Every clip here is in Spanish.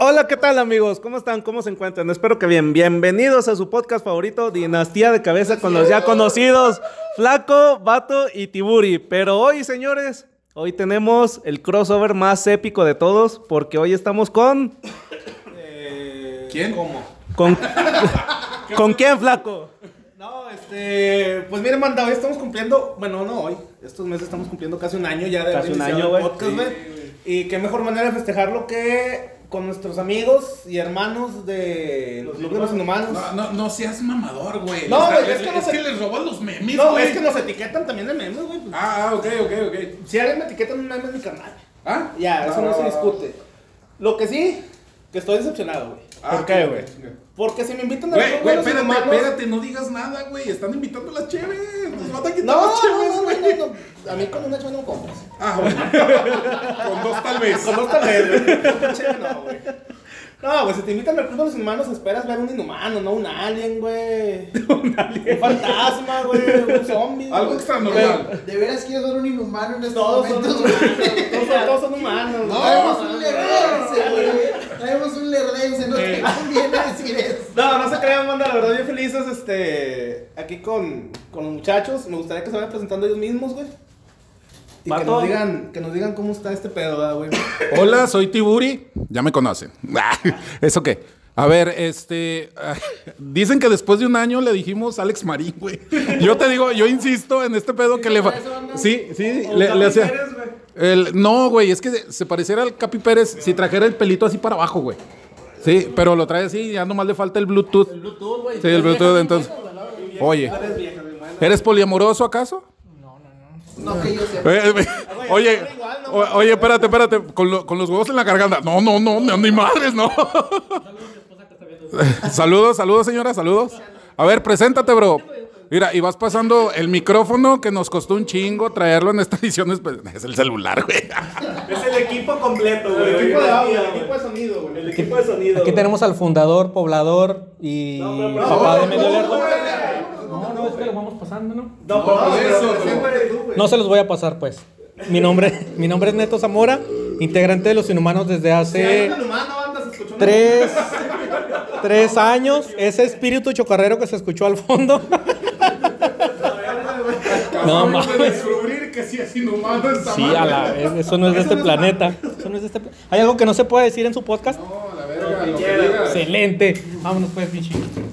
Hola, ¿qué tal amigos? ¿Cómo están? ¿Cómo se encuentran? Espero que bien. Bienvenidos a su podcast favorito, Dinastía de Cabeza, con los ya conocidos Flaco, Bato y Tiburi. Pero hoy, señores, hoy tenemos el crossover más épico de todos, porque hoy estamos con... ¿Quién? ¿Cómo? ¿Con, ¿con quién, Flaco? No, este, pues miren, manda, hoy estamos cumpliendo, bueno, no hoy, estos meses estamos cumpliendo casi un año ya de Casi haber un iniciado año, el güey. podcast, güey. y qué mejor manera de festejarlo que con nuestros amigos y hermanos de los Club de los Inhumanos. No, no, no seas mamador, güey. No, güey, es es, que no es se- que les roban los memes, No, güey. es que nos etiquetan también de memes, güey. pues. Ah, ah, ok, ok, ok. Si alguien me etiqueta en un meme es mi canal. ¿Ah? Ya, eso no, se va, va, va. discute. Lo que sí, que estoy decepcionado, güey. Ah, ¿Por qué, güey? Porque si me invitan al Güey, Club güey, de los espérate, Inhumanos- espérate, no digas nada, güey. Están invitando a las chéves. Nos van a quitar No, las chéves, no, güey. no, no, no, a mí con una chava no me compras. Ah, bueno. Con dos tal vez. Con dos también, güey. Che, No, güey. No, güey, si te invitan al club de los inhumanos, esperas ver un inhumano, no un alien, güey. Un fantasma, güey. Un zombie. Algo güey. extranormal. De veras quieres ver un inhumano en estos Todos son momentos, humanos. güey. Todos son- todos son humanos. güey. Traemos un lerdense, güey. Traemos un lerdense, no te conviene decir eso. No, no se crean, banda, la verdad, bien felices, este, aquí con, con los muchachos. Me gustaría que se vayan presentando ellos mismos, güey. Y que Vato. nos, digan, que nos digan cómo está este pedo, ¿verdad, güey. Hola, soy Tiburi. Ya me conocen. Ah, ¿Eso qué? A ver, este. dicen que después de un año le dijimos Alex Marín, güey. Yo te digo, yo insisto en este pedo que le. fa- Sí, sí, le, le hacía. El- no, güey, es que se pareciera al Capi Pérez si trajera el pelito así para abajo, güey. Sí, pero lo trae así y ya nomás le falta el Bluetooth. El Bluetooth, güey. Sí, el Bluetooth, entonces. Oye, Eres vieja, güey, bueno. ¿eres poliamoroso acaso? No que yo sepa. Eh, eh, Oye, o- oye, espérate, espérate, con, lo- con los huevos en la garganta. No, no, no, no, ni madres, no. Saludos, saludos, señora, saludos. A ver, preséntate, bro. Mira, y vas pasando el micrófono que nos costó un chingo traerlo en esta edición. espe- Es el celular, güey. Es el equipo completo, güey. El equipo de Hoy en audio, día, el equipo de güey. sonido, güey. El equipo de sonido. Aquí güey. tenemos al fundador, poblador y papá de medio largo. No, no, es que lo vamos pasando, ¿no? No, por No, eso, eso, pero siempre tú, güey. No se los voy a pasar, pues. Mi nombre, mi nombre es Neto Zamora, integrante de los Inhumanos desde hace Eres un humano, banda, se escuchó un- tres, tres años. Ese espíritu chocarrero que se escuchó al fondo. No, mames. Acabamos de descubrir que sí es inhumano esta Sí, madre. a la vez, eso no es de este planeta. Eso no es de este pla- ¿Hay algo que no se puede decir en su podcast? No, la verga, lo que quiera. digas. Excelente. Vámonos pues, pinche.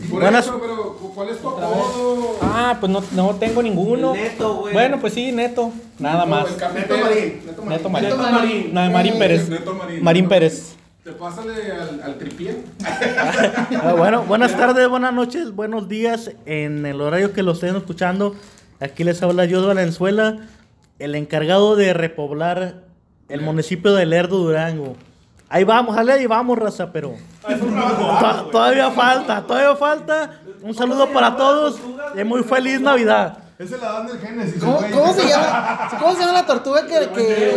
Por Buenas- eso, pero ¿cuál es tu apodo? Ah, pues no, no tengo ninguno. El Neto, güey. Bueno, pues sí, neto. Nada más. El Capi Neto Pérez. Marín, Neto Marín. Neto Marín. Neto Marín. No, de Marín Eh, Pérez. Neto Marín. Marín Neto Pérez. Te pásale al, al tripié. Ah, bueno, buenas tardes, buenas noches, buenos días. En el horario que lo estén escuchando, aquí les habla Dios Valenzuela, el encargado de repoblar el municipio de Lerdo, Durango. Ahí vamos, dale, ahí vamos, raza, pero to- todavía falta, todavía falta. Un saludo para todos y muy feliz Navidad. Ese la dan del Génesis. ¿Cómo, cómo se llama? ¿Cómo se llama la tortuga que.? que...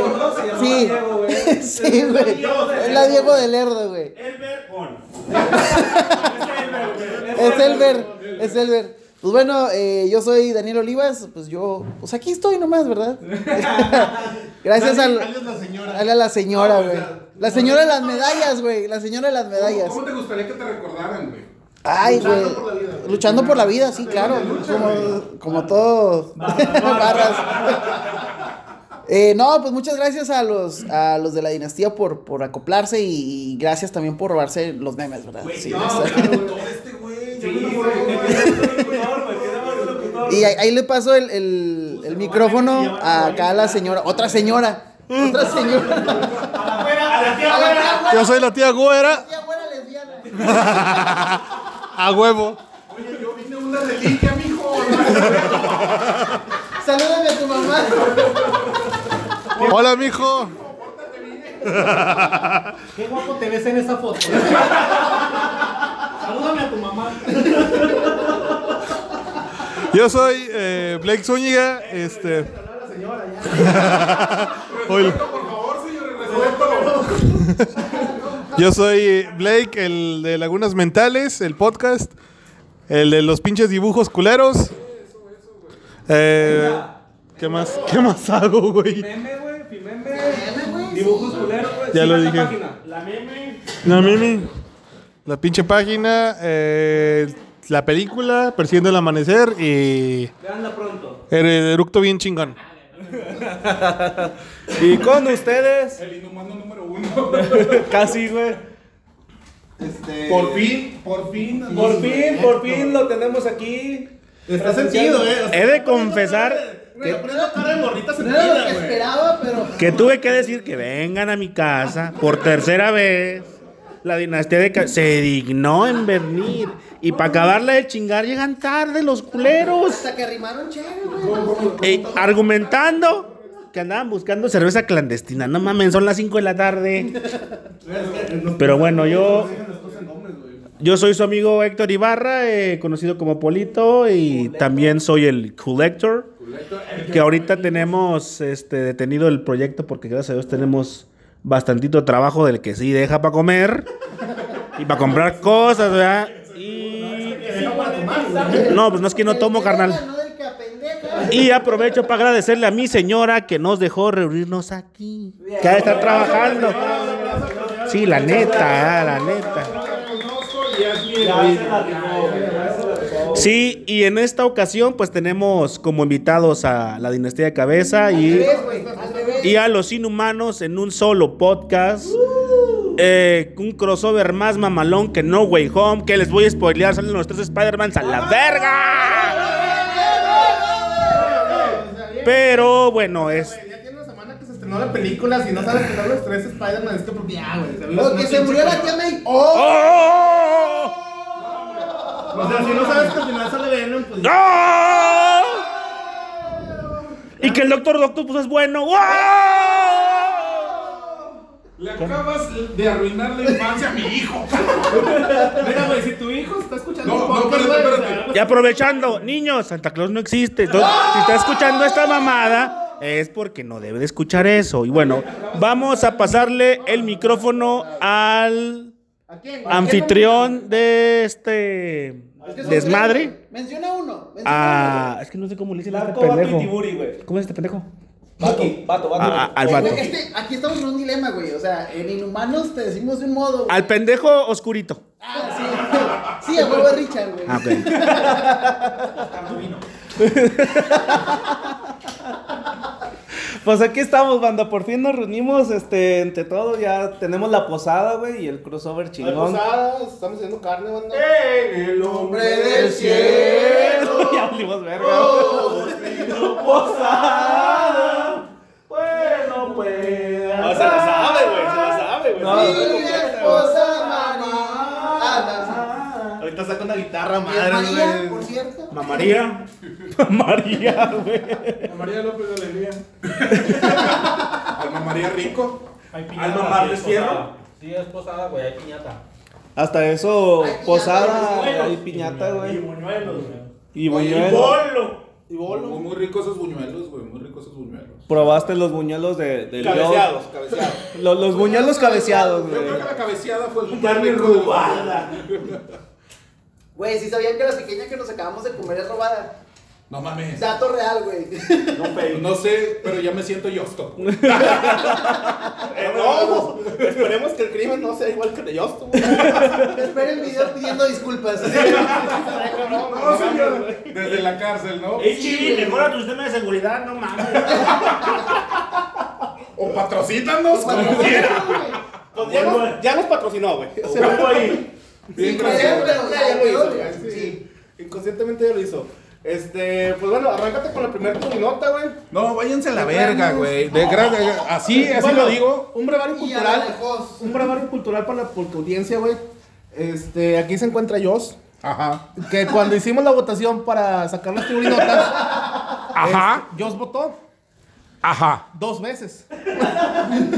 Sí. Sí, güey. Es la Diego de Lerdo, güey. Elber on. Es Elber, es Elber. Pues bueno, eh, yo soy Daniel Olivas, pues yo, pues aquí estoy nomás, ¿verdad? Gracias al... la señora. A la señora, güey. La señora de las medallas, güey. La señora de las medallas. ¿Cómo te gustaría que te recordaran, güey? Ay, güey. Luchando por la vida, sí, claro. Como, como todo. Barras. Eh, no, pues muchas gracias a los, a los de la dinastía por, por acoplarse y, y gracias también por robarse los memes, ¿verdad? Sí, no, está- claro, todo este güey. Sí, yo me güey. enamoré, güey. Y ahí, ahí le paso el, el- el micrófono a acá a la señora, otra señora, otra señora. Yo soy la tía Güera, a huevo. Oye, yo vine a una reliquia, mijo. Salúdame a tu mamá. Hola, mijo. Qué guapo te ves en esa foto. Salúdame a tu mamá. Yo soy eh, Blake Zúñiga, este... Hola. Por favor, señor, respeto. Yo soy Blake, el de Lagunas Mentales, el podcast, el de los pinches dibujos culeros. Eh, ¿Qué más? ¿Qué más hago, güey? Meme, güey, Fimeme. Dibujos culeros, güey. Ya Sigan lo la dije. página. La meme. No, Mimi. La pinche página, eh, la película, Persiguiendo el Amanecer y Anda pronto. el eructo bien chingón. Y con ustedes, El inhumano número uno. casi, güey. Por fin, Este, por fin. Por fin, por fin lo tenemos aquí. Está sentido, eh. O sea, He de confesar Güey, le pones la cara de morrita No era lo sentida, que güey. esperaba, pero. que tuve que decir que vengan a mi casa por tercera vez. La dinastía de Ca- se dignó en venir y para acabarla de chingar llegan tarde los culeros Hasta que arrimaron chévere, güey. eh, argumentando que andaban buscando cerveza clandestina. No mames, son las 5 de la tarde. Pero bueno, yo yo soy su amigo Héctor Ibarra, eh, conocido como Polito y también soy el collector que ahorita tenemos este, detenido el proyecto porque gracias a Dios tenemos bastantito trabajo del que sí deja para comer y para comprar cosas, ¿verdad? Y... No, pues no es que no tomo, El que deja, carnal. No del que apendeja. Y aprovecho para agradecerle a mi señora que nos dejó reunirnos aquí. Que ha de estar trabajando. Sí, la neta, ah, la neta. Sí, y en esta ocasión pues tenemos como invitados a la dinastía de cabeza y, ¿Ves, güey? Al revés. y a los inhumanos en un solo podcast. Eh, un crossover más mamalón que No Way Home, que les voy a spoilear, salen los tres Spider-Mans a la verga. Pero bueno, es... Ya tiene una semana que se estrenó la película. Si no sabes que son los tres Spider-Man, es que porque ya, güey. se ve Lo una que se pinche murió la cosa. tía May. ¡Oh! ¡Oh! O sea, si no sabes que al final sale Venom, pues ya. ¡No! Y que el Doctor Doctor pues es bueno. ¡Wow! Le acabas de arruinar la infancia a mi hijo. Mira, güey, si tu hijo está escuchando. No, un no, podcast, espérate, güey, espérate. o sea, Y aprovechando, niños, Santa Claus no existe. Entonces, si está escuchando esta mamada, es porque no debe de escuchar eso. Y bueno, vamos a pasarle el micrófono al ¿A quién? anfitrión de este desmadre. Menciona uno. Menciona Ah, es que no sé cómo le dice este Flaco, vato y pendejo. tiburi, güey. ¿Cómo es este pendejo? Vato, vato, vato. Ah, ah, al uno. vato. Güey, este- aquí estamos en un dilema, güey. O sea, en Inhumanos te decimos de un modo. güey. Al pendejo oscurito. Ah, sí. Sí, a huevo de Richard, güey. Ah, ok. Pues aquí estamos, banda. Por fin nos reunimos, este, entre todos. Ya tenemos la posada, güey, y el crossover no hay chingón. posadas, pues, ah, estamos haciendo carne, banda. En el hombre del cielo. ya valimos verga. Posada. Bueno, pues. No, se la sabe, güey, se la sabe, güey. No, Se la sí, sabe Mi completa, esposa María. güey. Ahorita saca una guitarra, Ah, la- madre, María, por güey. cierto. María. María, güey. María López de Alegría. Alma María Rico. Alma Marles Fierro. Sí, es posada, güey, hay piñata. Hasta eso, Hay piñata, posada, hay hay piñata, Y güey. buñuelos, güey. Y Oye, buñuelos. Y bolo. Muy, muy ricos esos buñuelos, güey. Muy ricos esos buñuelos. Probaste los buñuelos de, del Cabeceados, cabeceados. Leo. Los, los buñuelos cabeceados, Yo güey. creo que la cabeceada fue el Carne rico de- rubada. Güey, si sabían que la pequeña que nos acabamos de comer es robada. No mames. Dato real, güey. No fake. No sé, pero ya me siento yosto. Eh, no, pues, esperemos que el crimen no sea igual que el de Justin. güey. Esperen videos pidiendo disculpas. No, señor. Desde la cárcel, ¿no? Es chido, mejora tu sistema de seguridad, no mames. O patrocítanos como quiera. Pues ya, nos, ya nos patrocinó, güey. O sea, Huevo ahí. Sin gracioso. querer, pero ya ya lo hizo, quedó, ya, güey. Sí. sí. Inconscientemente ya lo hizo. Este, pues bueno, arráncate con la primera nota, güey. No, váyanse a la verga, güey. De gran- Así, así Bueno, lo digo. Un brevario Y a la cultural. de Jos. Un brevario cultural para la pulca audiencia, güey. Este, aquí se encuentra Jos. Ajá. Que cuando hicimos la votación para sacar las figurinotas, Ajá. este, Jos votó Este. Ajá. dos veces.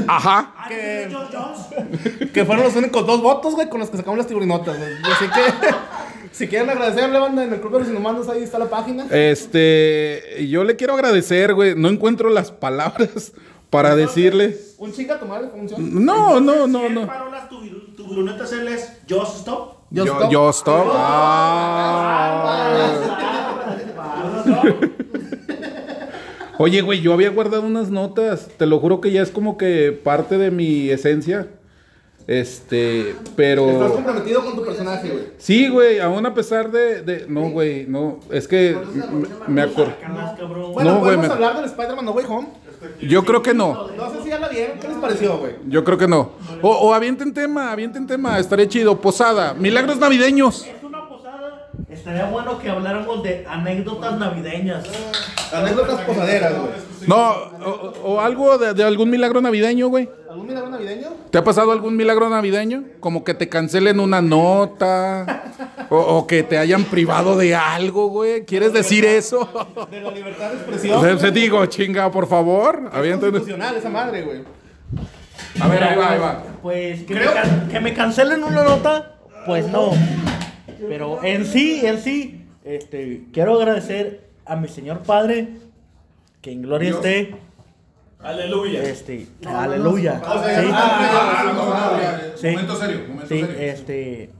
Ajá. Que, que fueron los únicos dos votos, güey, con los que sacamos las figurinotas, güey. Así que, si quieren agradecerle, banda, en el Club de los Inhumanos, ahí está la página. Este, yo le quiero agradecer, güey. No encuentro las palabras para decirle. Un chinga a tu madre, ¿cómo funciona? No, no, no, no. tu gruneta él es yo stop. Yo, yo stop. Ah. Oye, güey, yo había guardado unas notas. Te lo juro que ya es como que parte de mi esencia. Este, pero... Estás comprometido con tu personaje, güey. Sí, güey, aún a pesar de... de- no, güey, no. Es que me acuerdo. Bueno, No, güey, podemos me- hablar del Spider-Man No Way Home. Yo creo que no. No sé si ya la vieron. ¿Qué les pareció, güey? Yo creo que no. O, o avienten tema, avienten tema. Estaría chido. Posada. Milagros navideños. Es una posada. Estaría bueno que habláramos de anécdotas navideñas. Anécdotas posaderas, güey. No, o, o- o algo de, de algún milagro navideño, güey. ¿Algún milagro navideño? ¿Te ha pasado algún milagro navideño? Como que te cancelen una nota. O, o que te hayan privado de algo, güey. ¿Quieres decir eso? De la libertad de expresión. Te te digo, chinga, por favor. Avienten. Constitucional, esa madre, güey. A ver, ahí va, ahí va. Pues que, me, can- que me cancelen una nota, pues no. Pero en sí, en sí, este, quiero agradecer a mi señor padre, que en gloria esté. Aleluya. Este, aleluya. Sí. ah, Sí. Momento serio, momento Sí, serio. este.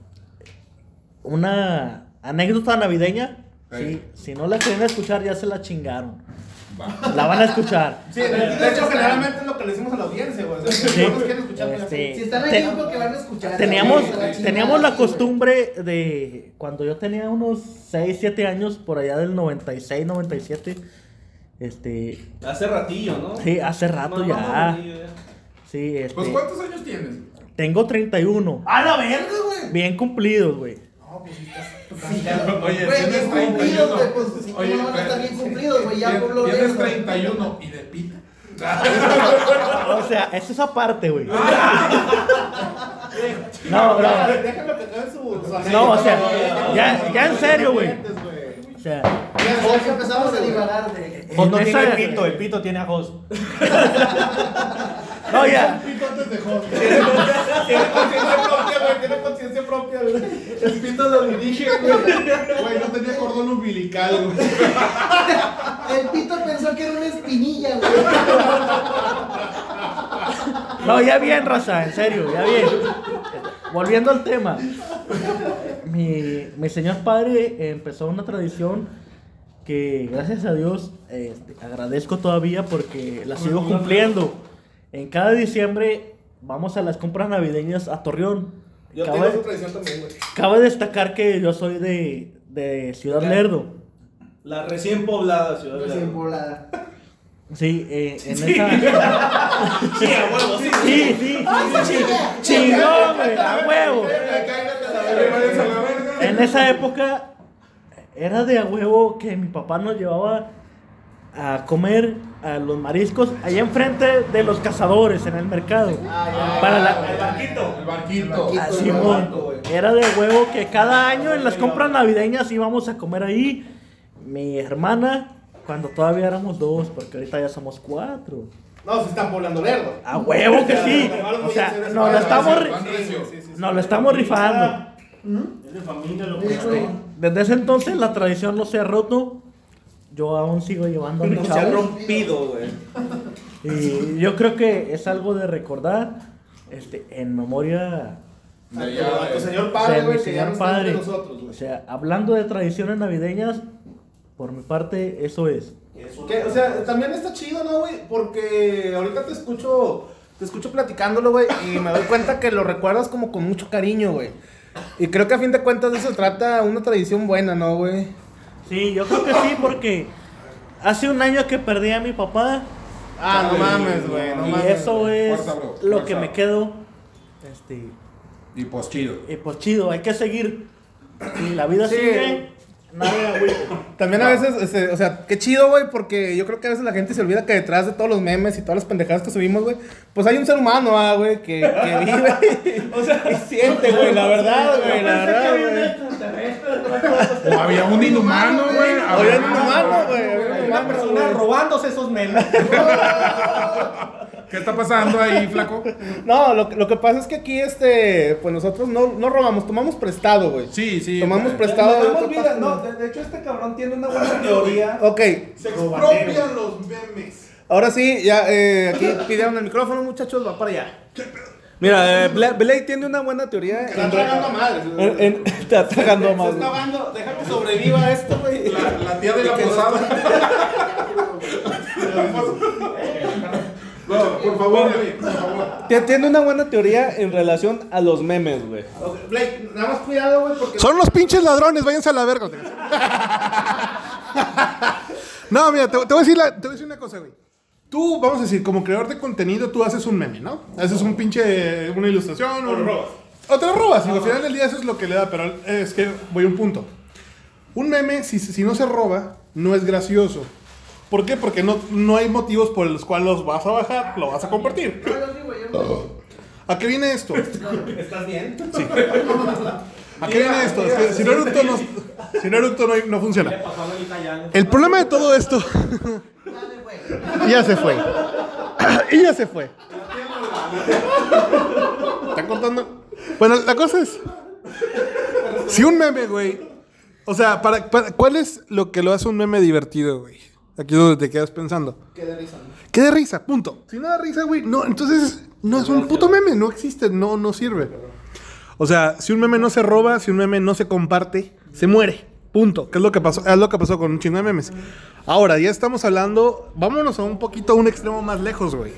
Una anécdota navideña. sí, si no la quieren escuchar, ya se la chingaron. La van a escuchar. Sí, de hecho, generalmente es lo que le decimos a la audiencia, güey. O sea, Sí. si no nos quieren escuchar, pues, Este, Si están aquí te- es porque van a escuchar. Teníamos, Sí, la chingada. teníamos la costumbre de cuando yo tenía unos 6, 7 años, por allá del 96, 97, este, Hace ratillo, ¿no? sí, hace rato No, no, ya, no, no, no, sí, este, Pues, ¿cuántos años tienes? tengo 31, ¡A la verga, güey! bien cumplidos, güey, Oye, Güey, bien cumplidos, güey. Pues si Oye, no van a estar bien espérate. cumplidos, güey. Ya por lo Tienes menos. 31 y de pita. o sea, es esa parte, güey, Ah. no, no, Déjalo que traen su. su no, o anécdota, sea, güey. ya, ya en serio, güey, o sea, Ya, ya que empezamos a divagar de. en esa- Pues el pito tiene a Jos. no, ya, Tiene conciencia propia, güey. Tiene conciencia propia, güey. El pito lo dirige, güey. Güey, no tenía cordón umbilical, güey. El pito pensó que era una espinilla, güey. No, ya bien, raza, en serio, ya bien. Volviendo al tema. Mi, mi señor padre empezó una tradición que, gracias a Dios, este, agradezco todavía porque la sigo cumpliendo. En cada diciembre vamos a las compras navideñas a Torreón. Yo Cabe- tengo su tradición también, güey. cabe destacar que yo soy de, de Ciudad Lerdo. La recién poblada ciudad. de Recién la- volada. Sí, eh, en esa. sí, sí, sí, sí, Chingón, güey, a huevo. En esa época era de a huevo que mi papá nos llevaba a comer a los mariscos allá enfrente de los cazadores en el mercado. Para la, El barquito. Ah, Simón. era de huevo que cada año en las compras navideñas íbamos a comer ahí. Mi hermana, cuando todavía éramos dos, porque ahorita ya somos cuatro. No, se están poblando lerdo. A huevo que sí. Claro, O sea, sí, sí, nos sí, lo sí, estamos, sí, ri- sí, sí, sí, sí. nos lo estamos rifando. Este, Desde ese entonces la tradición no se ha roto. Yo aún sigo llevando a mi No se ha chavo. rompido, güey. Y yo creo que es algo de recordar este, en memoria A tu señor o sea, padre, mi güey, que ya no está señor entre padre. nosotros, O güey. sea, hablando de tradiciones navideñas, por mi parte, eso es. Que, o sea, también está chido, ¿no, güey? Porque ahorita te escucho, te escucho platicándolo, güey, y me doy cuenta que lo recuerdas como con mucho cariño, güey. Y creo que a fin de cuentas de eso se trata una tradición buena, ¿no, güey? Sí, yo creo que sí, porque hace un año que perdí a mi papá Ah, no mames, güey, no y mames. eso es Fuerza, bro, lo fuerza. que me quedo. Este, Y pues chido. y pues chido, hay que seguir. Y la vida Sí. sigue. Nada, güey. También a veces, este, o sea, qué chido, güey, porque yo creo que a veces la gente se olvida que detrás de todos los memes y todas las pendejadas que subimos, güey, pues hay un ser humano, ah, güey, que, que vive o sea, y siente, güey, la verdad, güey, la verdad, güey. O había un inhumano, güey. Oye, un humano, güey, había un humano, güey. robándose esos memes. ¿Qué está pasando ahí, flaco? No, lo, lo que pasa es que aquí, este, pues nosotros no, no robamos, tomamos prestado, güey. Sí, sí. Tomamos güey. prestado. Nos de damos otra vida. parte, No, güey. de, de hecho, este cabrón tiene una buena teoría. Ok, Se expropian los memes. ahora sí, ya, eh, aquí pidieron el micrófono, muchachos, va para allá. Mira, eh, Bla- Blake tiene una buena teoría. en- en- en- Te atacando más. güey. deja que sobreviva esto, güey. La, la tía de la posada. favor, por favor, güey, por favor. Te- Tiene una buena teoría en relación a los memes, güey. Ok, Blake, nada más cuidado, güey, porque. Son los pinches ladrones, váyanse a la verga. No, mira, te, te voy a decir la- te voy a decir una cosa, güey. Tú, vamos a decir, como creador de contenido, tú haces un meme, ¿no? Haces un pinche, una ilustración. O robas. O te lo robas, y al final del día eso es lo que le da, pero es que voy a un punto. Un meme, si, si no se roba, no es gracioso. ¿Por qué? Porque no, no hay motivos por los cuales los vas a bajar, lo vas a compartir. Oh. ¿A qué viene esto? ¿Estás bien? ¿A qué viene esto? Es que si no eructo, no, si no, eructo no, hay- no funciona. El problema de todo esto. ya se fue. y ya se fue. ¿Están contando? Bueno, la cosa es. Si un meme, güey. O sea, para, para- ¿cuál es lo que lo hace un meme divertido, güey? Aquí es donde te quedas pensando. Que de risa. Que de risa, punto. Si no da risa, güey, no, entonces no es un puto meme, no existe, no, no sirve. O sea, si un meme no se roba, si un meme no se comparte, se muere. Punto. Que es lo que pasó, es lo que pasó con un chingo de memes. Ahora, ya estamos hablando, vámonos a un poquito a un extremo más lejos, güey.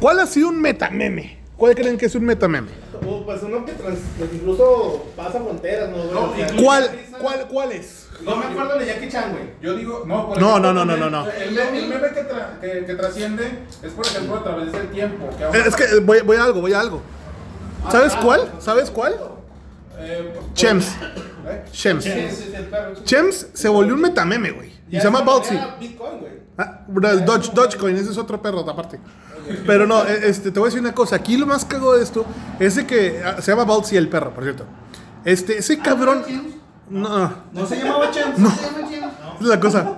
¿Cuál ha sido un metameme? ¿Cuál creen que es un metameme? O, Pues uno que trans- que incluso pasa fronteras, ¿no? güey? O sea, ¿Cuál, cuál, cuál es? No me acuerdo de Jackie Chan, güey. Yo digo, no, por No, ejemplo, no, no, no, el- no, no. El, el meme que, tra- que- que trasciende es, por ejemplo, a través del tiempo. que ahora- Eh, Es que eh, voy, voy a algo, voy a algo. ¿Sabes cuál? ¿Sabes cuál? eh, por- Chems. ¿Eh? Chems. Sí, sí, sí, claro, sí. Chems se volvió un metameme, güey. Y se llama Baltzy. Era Bitcoin, güey. Ah, no, el Doge- Dogecoin, ese es otro perro aparte. Pero no, eh, este, te voy a decir una cosa. Aquí lo más cago de esto es de que ah, se llama Baltzy el perro, por cierto. Este, ese cabrón. No, No se llamaba Chems. es la cosa.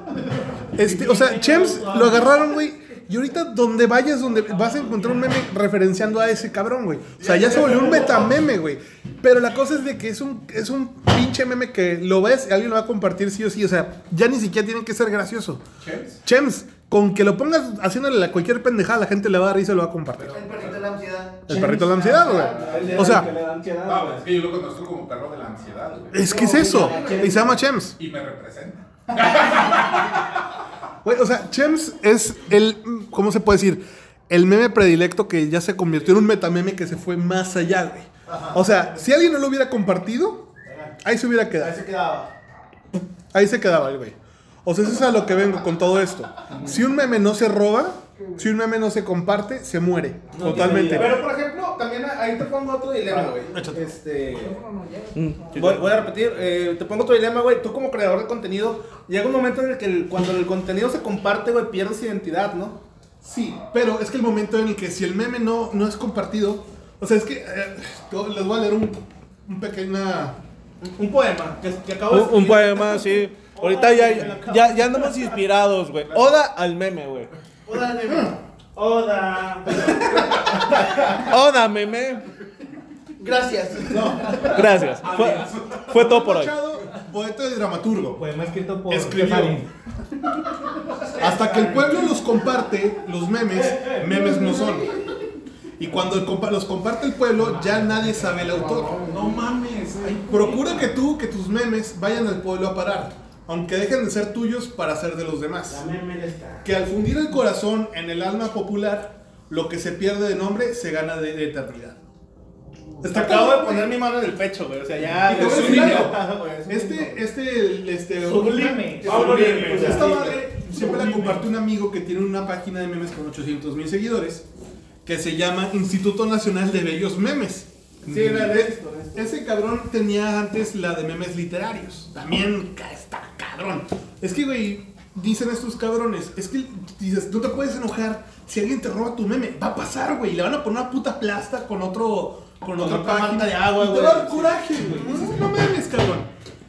Este, o sea, Chems lo agarraron, güey. Y ahorita donde vayas, donde vas a encontrar un meme referenciando a ese cabrón, güey. O sea, ya se volvió un metameme, güey. Pero la cosa es de que es un, es un pinche meme que lo ves y alguien lo va a compartir sí o sí. O sea, ya ni siquiera tiene que ser gracioso. Chems. Chems, con que lo pongas haciéndole a cualquier pendejada, la gente le va a dar risa y lo va a compartir. El perrito de la ansiedad. El perrito de la ansiedad, güey. O sea, Ah, güey, es que yo lo conozco como perro de la ansiedad, güey. es que es eso. Y se llama Chems. Y me representa. Güey, o sea, Chems es el, mm, ¿cómo se puede decir? El meme predilecto que ya se convirtió en un metameme que se fue más allá, güey. O sea, si alguien no lo hubiera compartido, ahí se hubiera quedado. Ahí se quedaba. Ahí se quedaba el güey. O sea, eso es a lo que vengo con todo esto. Si un meme no se roba, si un meme no se comparte, se muere. Totalmente. Pero, por ejemplo, también ahí te pongo otro dilema, güey. Este. Voy, voy a repetir, eh, te pongo otro dilema, güey. Tú, como creador de contenido, llega un momento en el que el- cuando el contenido se comparte, güey, pierdes identidad, ¿no? Sí, pero es que el momento en el que si el meme no, no es compartido, o sea, es que eh, yo les voy a leer un, un pequeña... Un poema que, que acabo de Un, un escribir. poema, sí. Ahorita ya, ya, ya andamos inspirados, güey. Oda al meme, güey. Oda, nene. Oda. Oda, meme. Gracias. Gracias. Fue, fue todo por hoy. Machado, Poeta y dramaturgo. Poema escrito por Escribió. Hasta que el pueblo los comparte, los memes, memes no son. Y cuando el compa- los comparte el pueblo, ya nadie sabe el autor. No mames. Procura que tú, que tus memes vayan al pueblo a parar. Aunque dejen de ser tuyos para ser de los demás. Que al fundir el corazón en el alma popular, lo que se pierde de nombre se gana de, de eternidad. Te acabo de poner mi mano en el pecho, güey. O sea, ya. Y te voy a güey, decir algo. Ajá, güey, Ah, es un- Ah, Este, este, este. Sublime. este- Sublime. Esta madre siempre la comparte un amigo que tiene una página de memes con 800 mil seguidores que se llama Instituto Nacional de Bellos Memes. E-, Sí, la de esto, de esto. Ese cabrón tenía antes la de memes literarios. También ca- está cabrón. Es que, güey, dicen estos cabrones. Es que dices, no te puedes enojar si alguien te roba tu meme. Va a pasar, güey. Le van a poner una puta plasta con otro. Con, otra otra manta página de agua, Y Te güey. va a dar coraje, güey. Dices, No mames, cabrón.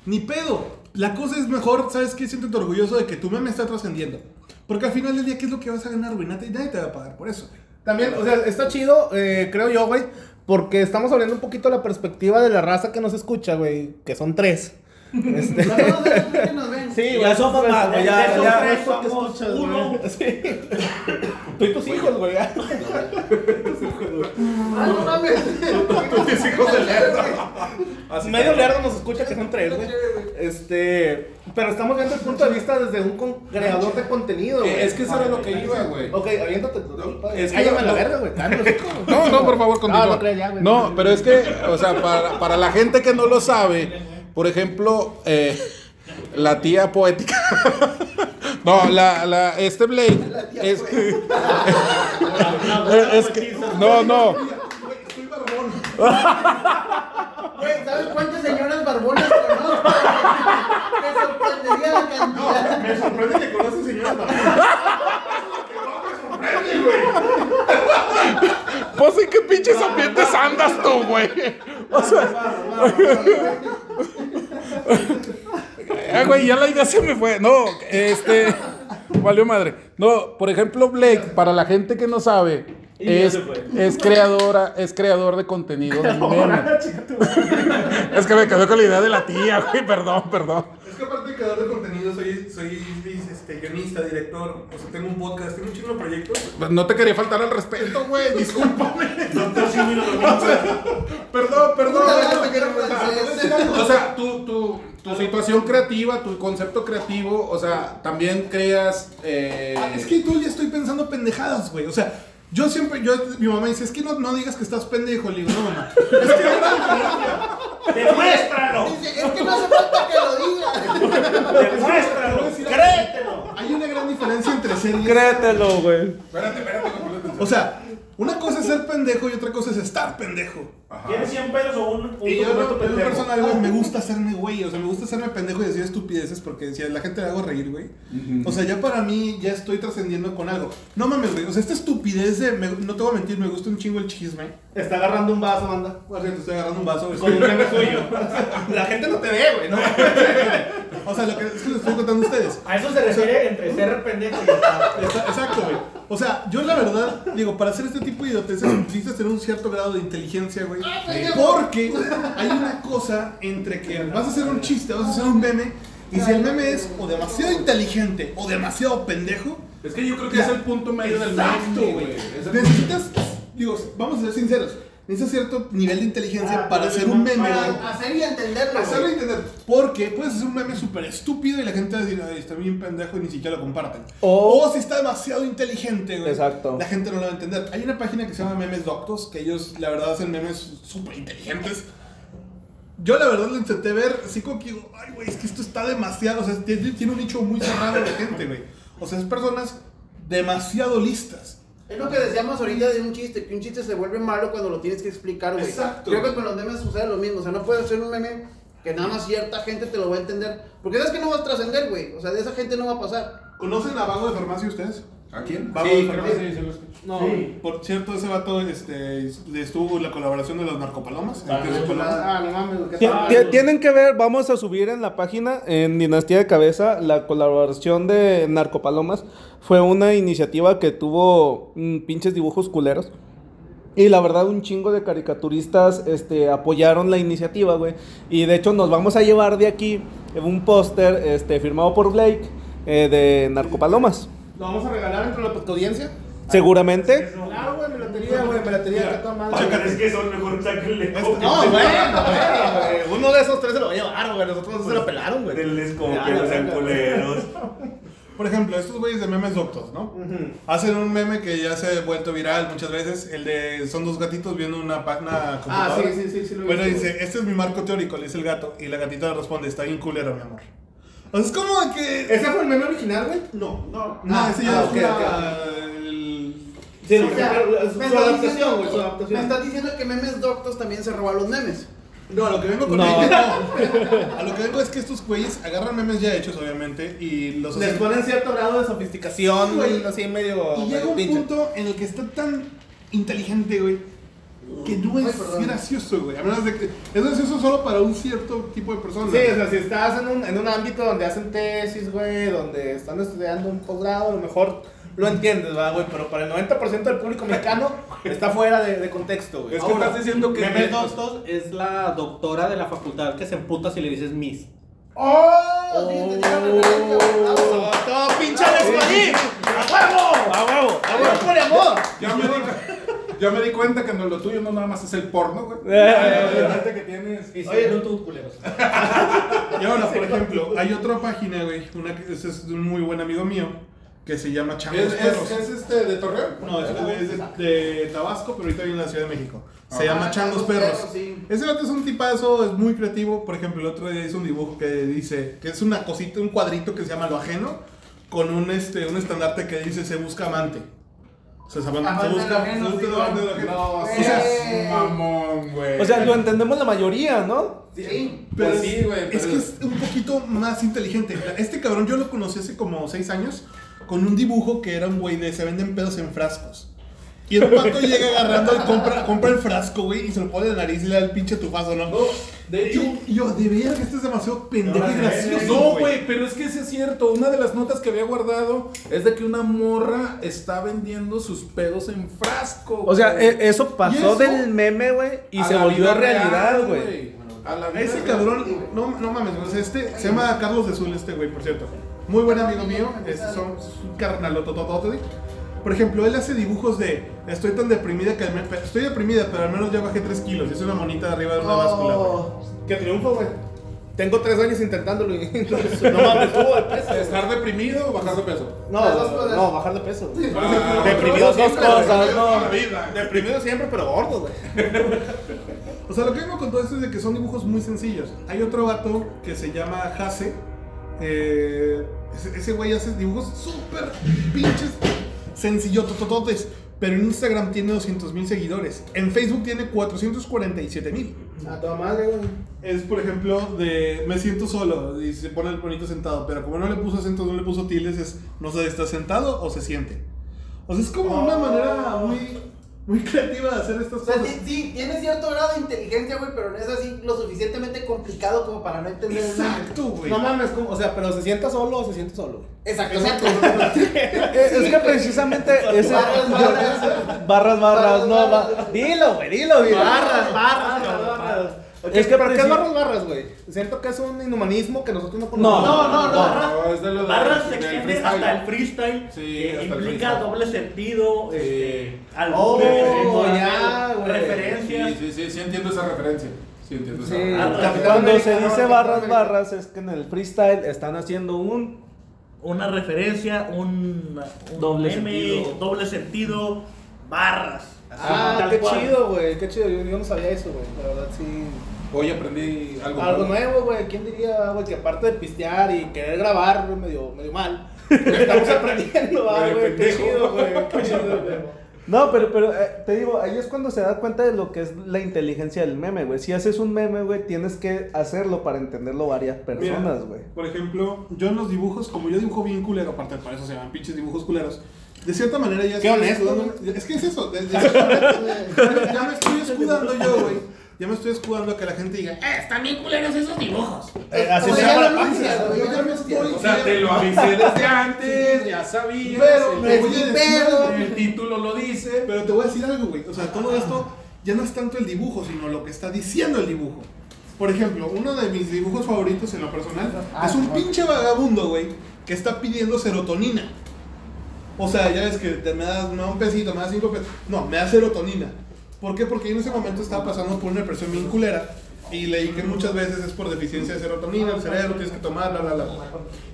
Ni pedo. La cosa es mejor, ¿sabes qué? Siéntete orgulloso de que tu meme está trascendiendo. Porque al final del día, ¿qué es lo que vas a ganar, güey? Nadie nadie te va a pagar por eso, güey. También, o sea, está chido, eh, creo yo, güey, porque estamos abriendo un poquito la perspectiva de la raza que nos escucha, güey, que son tres. Este, sí, pues, Ya son papás, güey, ya- son ya. tres porque escuchas, güey. Sí. Tú y tus hijos, güey. ya. Ah, Medio lerdo nos escucha que son tres, güey. Este, pero estamos viendo el punto de vista desde un con- creador de contenido, güey. Eh, Es que eso era lo Ah, que iba, güey. Ok, aviéntate. es Es que que Cállame lo- la verga, güey. Cállame, chico. No, no, por favor, continúa. No, no No, creas Ah, ya, güey. pero es que, o sea, para, para la gente que no lo sabe, por ejemplo, eh, la tía poética. No, la, la, este Blake es, es que, no, no, Güey, ¿sabes cuántas señoras barbonas conozco? Me sorprendería la cantidad. Me sorprende que conoces señora también. pues en qué pinches ambientes andas tú, güey. O sea, Ah, güey, ya la idea se me fue. No, este. Valió madre. No, por ejemplo, Blake, para la gente que no sabe, es, es creadora, es creador de contenido de meme. Es que me quedó con la idea de la tía, güey. Perdón, perdón. Es que aparte de creador de contenido, soy, soy este, guionista, director. O sea, tengo un podcast, tengo un chingo de proyectos. No te quería faltar al respeto, güey. Discúlpame. Doctor Simi lo conoce. Perdón, perdón. Una lata que era francés. O sea, tu, tu, tu situación creativa, tu concepto creativo, o sea, también creas. eh, Ah, Es que tú ya estoy pensando pendejadas, güey. O sea, yo siempre, yo, mi mamá dice, es que no, no digas que estás pendejo. Le digo, no, mamá. Dice, Es que no hace falta que lo diga. Hay una gran diferencia entre ser y Créetelo, güey. O sea, una cosa es ser pendejo y otra cosa es estar pendejo. ¿Tienes 100 pesos o un, un Y yo, documento no, en lo pendejo? personal, güey, Ah. me gusta hacerme güey. O sea, me gusta hacerme pendejo y decir estupideces porque si a la gente le hago reír, güey. O sea, ya para mí ya estoy trascendiendo con algo. No mames, güey. O sea, esta estupidez de, me- no te voy a mentir, me gusta un chingo el chisme. Está agarrando un vaso, anda. Por cierto, estoy agarrando un vaso. güey. Con un meme suyo. La gente no te ve, güey, ¿no? O sea, lo que es que les estoy contando a ustedes. A eso se refiere entre ser pendejo y estar. Esa- Exacto, güey. O sea, yo la verdad, digo, para hacer este tipo de idioteces necesitas tener un cierto grado de inteligencia, güey. Ah, Porque hay una cosa entre que vas a hacer un chiste, vas a hacer un meme, y si el meme es o demasiado inteligente o demasiado pendejo, es que yo creo que es el punto medio del exacto, meme, güey. Es el- Necesitas, digo, vamos a ser sinceros, necesitas cierto nivel de inteligencia para hacer un meme, güey. Para hacer y entenderlo. Hacerlo entender. Porque puedes hacer un meme súper estúpido y la gente va a decir, "Ay, está bien pendejo y ni siquiera lo comparten. O, si está demasiado inteligente, güey. Exacto. La gente no lo va a entender. Hay una página que se llama Memes Doctos, que ellos, la verdad, hacen memes súper inteligentes. Yo, la verdad, lo intenté ver, sí como que digo, ay, güey, es que esto está demasiado, o sea, tiene, tiene un nicho muy cerrado de gente, güey. O sea, es personas demasiado listas. Es lo que decíamos ahorita de un chiste, que un chiste se vuelve malo cuando lo tienes que explicar, güey. Exacto. Creo que con los memes sucede lo mismo, o sea, no puedes hacer un meme que nada más cierta gente te lo va a entender, porque sabes que no vas a trascender, güey, o sea, de esa gente no va a pasar. ¿Conocen a Vago de Farmacia ustedes? ¿A quién? Vago de Farmacia. No. Por cierto, ese vato este, estuvo la colaboración de los narcopalomas. Entonces, con la- Ah, no mames, güey, qué Ti- tal. ti- Tienen que ver, vamos a subir en la página, en Dinastía de Cabeza, la colaboración de Narcopalomas. Fue una iniciativa que tuvo mm, pinches dibujos culeros. Y la verdad, un chingo de caricaturistas este, apoyaron la iniciativa, güey. Y de hecho, nos vamos a llevar de aquí un póster este, firmado por Blake eh, de Narcopalomas. Lo vamos a regalar entre la tu audiencia. Seguramente. Claro, güey, me la tenía, güey, me la tenía acá toda madre. Chicas, es que son mejor sáquenle Este, copia. No, bueno, bueno, güey. Uno de esos tres se lo va a llevar, güey. Los otros dos se lo pelaron, güey. Denles copia, no sean culeros. Por ejemplo, estos güeyes de memes doctos, ¿no? Hacen un meme que ya se ha vuelto viral muchas veces. El de son dos gatitos viendo una página computadora. Ah, sí, sí, sí, sí lo he Bueno, visto, dice, este es mi marco teórico, le dice el gato. Y la gatita le responde, está bien culero, mi amor. O sea, es como de que... ¿Ese fue el meme original, güey? No, no, no, Ah, ese ya ah, es ok, una- Sí, O sea, pero su me estás adaptación, diciendo- güey, su Me adaptación. estás diciendo que memes doctos también se roban los memes. No, a lo que vengo con No. ello, no. A lo que vengo es que estos güeyes agarran memes ya hechos, obviamente, y los Les hacen... ponen cierto grado de sofisticación, güey. güey, así medio. Y llega medio un pinche. punto en el que está tan inteligente, güey, que no es perdón. gracioso, güey. A menos de que es gracioso solo para un cierto tipo de personas. Sí, o sea, si estás en un, en un ámbito donde hacen tesis, güey, donde están estudiando un posgrado, a lo mejor lo entiendes, ¿verdad, güey? Pero para el 90% del público mexicano está fuera de, de contexto, güey. Es que estás diciendo que- Memes Dostos es la doctora de la facultad que se emputa si le dices Miss. Oh, sí, te llegan a regalar, cabrón. Ah, bueno. ¡Todo pinche de ¡A huevo! ¡A huevo! ¡A huevo por amor! Ya me dijo- Yo me di cuenta que no, lo tuyo no nada más es el porno, güey. Eh. La gente que tienes. Oye, no tuvo culeros. Y ahora, por ejemplo, hay otra página, güey, una que ese es de un muy buen amigo mío, que se llama Changos ¿Es, Perros. es, es este de Torreón? No, es, es de, de Tabasco, pero ahorita vive en la Ciudad de México. Se Ah, llama Changos Changos Perros. Perros, sí. Ese vato es un tipazo, es muy creativo. Por ejemplo, el otro día hizo un dibujo que dice, que es una cosita, un cuadrito que se llama Lo Ajeno, con un, este, un estandarte que dice Se busca amante. O sea, se, aman- se Amante de busca lo ajeno, se busca sí, lo amante de lo no, ajeno. no, O sí, sea, es mamón, güey. O sea, lo entendemos la mayoría, ¿no? sí, Pero pues es- sí, güey. Es pero- que es un poquito más inteligente. Este cabrón yo lo conocí hace como 6 años con un dibujo que era un güey de se venden pedos en frascos. Y el pato llega agarrando y compra, compra el frasco, güey, y se lo pone en la nariz y le da el pinche tufazo, ¿no? de Y yo, hecho, y yo, de veras que este es demasiado pendejo y gracioso. No, güey, pero es que sí es cierto. Una de las notas que había guardado es de que una morra está vendiendo sus pedos en frasco. O sea, güey. e- eso pasó eso? del meme, güey, y A se la vida volvió real, realidad, güey. A la vida Ese real. cabrón, no, no mames, güey, o sea, este se llama Carlos de Zul, este güey, por cierto. Muy buen amigo mío, este son, es un carnalotototote, güey. Por ejemplo, él hace dibujos de estoy tan deprimida que al menos, estoy deprimida, pero al menos ya bajé 3 kilos. y Es una monita de arriba de una báscula, güey. Que triunfo, güey. Tengo tres años intentándolo y no mames, tuvo de peso. Estar deprimido o bajar de peso. No, no, bajar de peso. güey. Deprimido dos cosas, no. Deprimido siempre, pero gordo, güey. O sea, lo que vengo con todo esto es de que son dibujos muy sencillos. Hay otro vato que se llama Hase. eh, ese, ese güey hace dibujos súper pinches sencillototototes. Pero en Instagram tiene 200 mil seguidores. En Facebook tiene 447 mil. A toda madre, güey. Es, por ejemplo, de me siento solo. Y se pone el bonito sentado. Pero como no le puso acento, no le puso tildes, es no sé, está sentado o se siente. O sea, es como una manera muy, muy creativa de hacer estas O sea, cosas. sí, sí, tiene cierto grado de inteligencia, güey, pero no es así lo suficientemente complicado como para no entender. Exacto, güey. No mames, como- o sea, pero se sienta solo o se siente solo. güey. Exacto, exacto. Eh, es que precisamente ese. Barras, barras. Barras, barras, no. Barras, ba- Dilo, güey, dilo, güey. Barras, barras, barras, Es Es que que, ¿Pero qué es preci- barras, barras, güey? Siento que es un inhumanismo que nosotros no No, conocemos. no, no, no. No, es de lo de- Barras se del extiende freestyle. hasta el freestyle. Sí, que hasta el implica freestyle. doble sentido. Este, algo, Oh, referencias, ya, güey. referencias. Sí, sí, sí, sí entiendo esa referencia. Sí entiendo esa Sí. referencia. Cuando se dice barras, barras, es que en el freestyle están haciendo un. Una referencia, un, un Doble meme, sentido. doble sentido, barras. así, Ah, tal qué cual. chido, güey. Qué chido. Yo, yo no sabía eso, güey. La verdad, sí. Hoy aprendí algo. Algo nuevo. nuevo, güey. ¿Quién diría, güey, que aparte de pistear y querer grabar güey, medio, medio mal, estamos aprendiendo, ah, Medio güey? Qué pendejo. chido, güey. Qué chido, güey. No, pero, pero eh, te digo, ahí es cuando se da cuenta de lo que es la inteligencia del meme, güey. Si haces un meme, güey, tienes que hacerlo para entenderlo varias Mira, personas, güey. Por ejemplo, yo en los dibujos, como yo dibujo bien culero, aparte por eso se llaman pinches dibujos culeros, de cierta manera ya Qué estoy honesto, escudando- Es que es eso. de- de- ya me estoy escudando yo, güey. Ya me estoy escudando a que la gente diga, ¡eh! Están bien culeros esos dibujos. Eh, Así Como se ya lo llama la anuncias, página, güey, güey. Yo ya me estoy. O sea, te lo avisé desde antes, ya sabías. Pero me el, voy a decir pedo. algo, el título lo dice. Pero te voy a decir algo, güey. O sea, todo esto ya no es tanto el dibujo, sino lo que está diciendo el dibujo. Por ejemplo, uno de mis dibujos favoritos en lo personal es un pinche vagabundo, güey, que está pidiendo serotonina. O sea, ya ves que te me das me da un pesito, me das cinco pesos. No, me da serotonina. ¿Por qué? Porque yo en ese momento estaba pasando por una depresión bien culera. Y leí que muchas veces es por deficiencia de serotonina, el cerebro tienes que tomar, bla, bla, bla.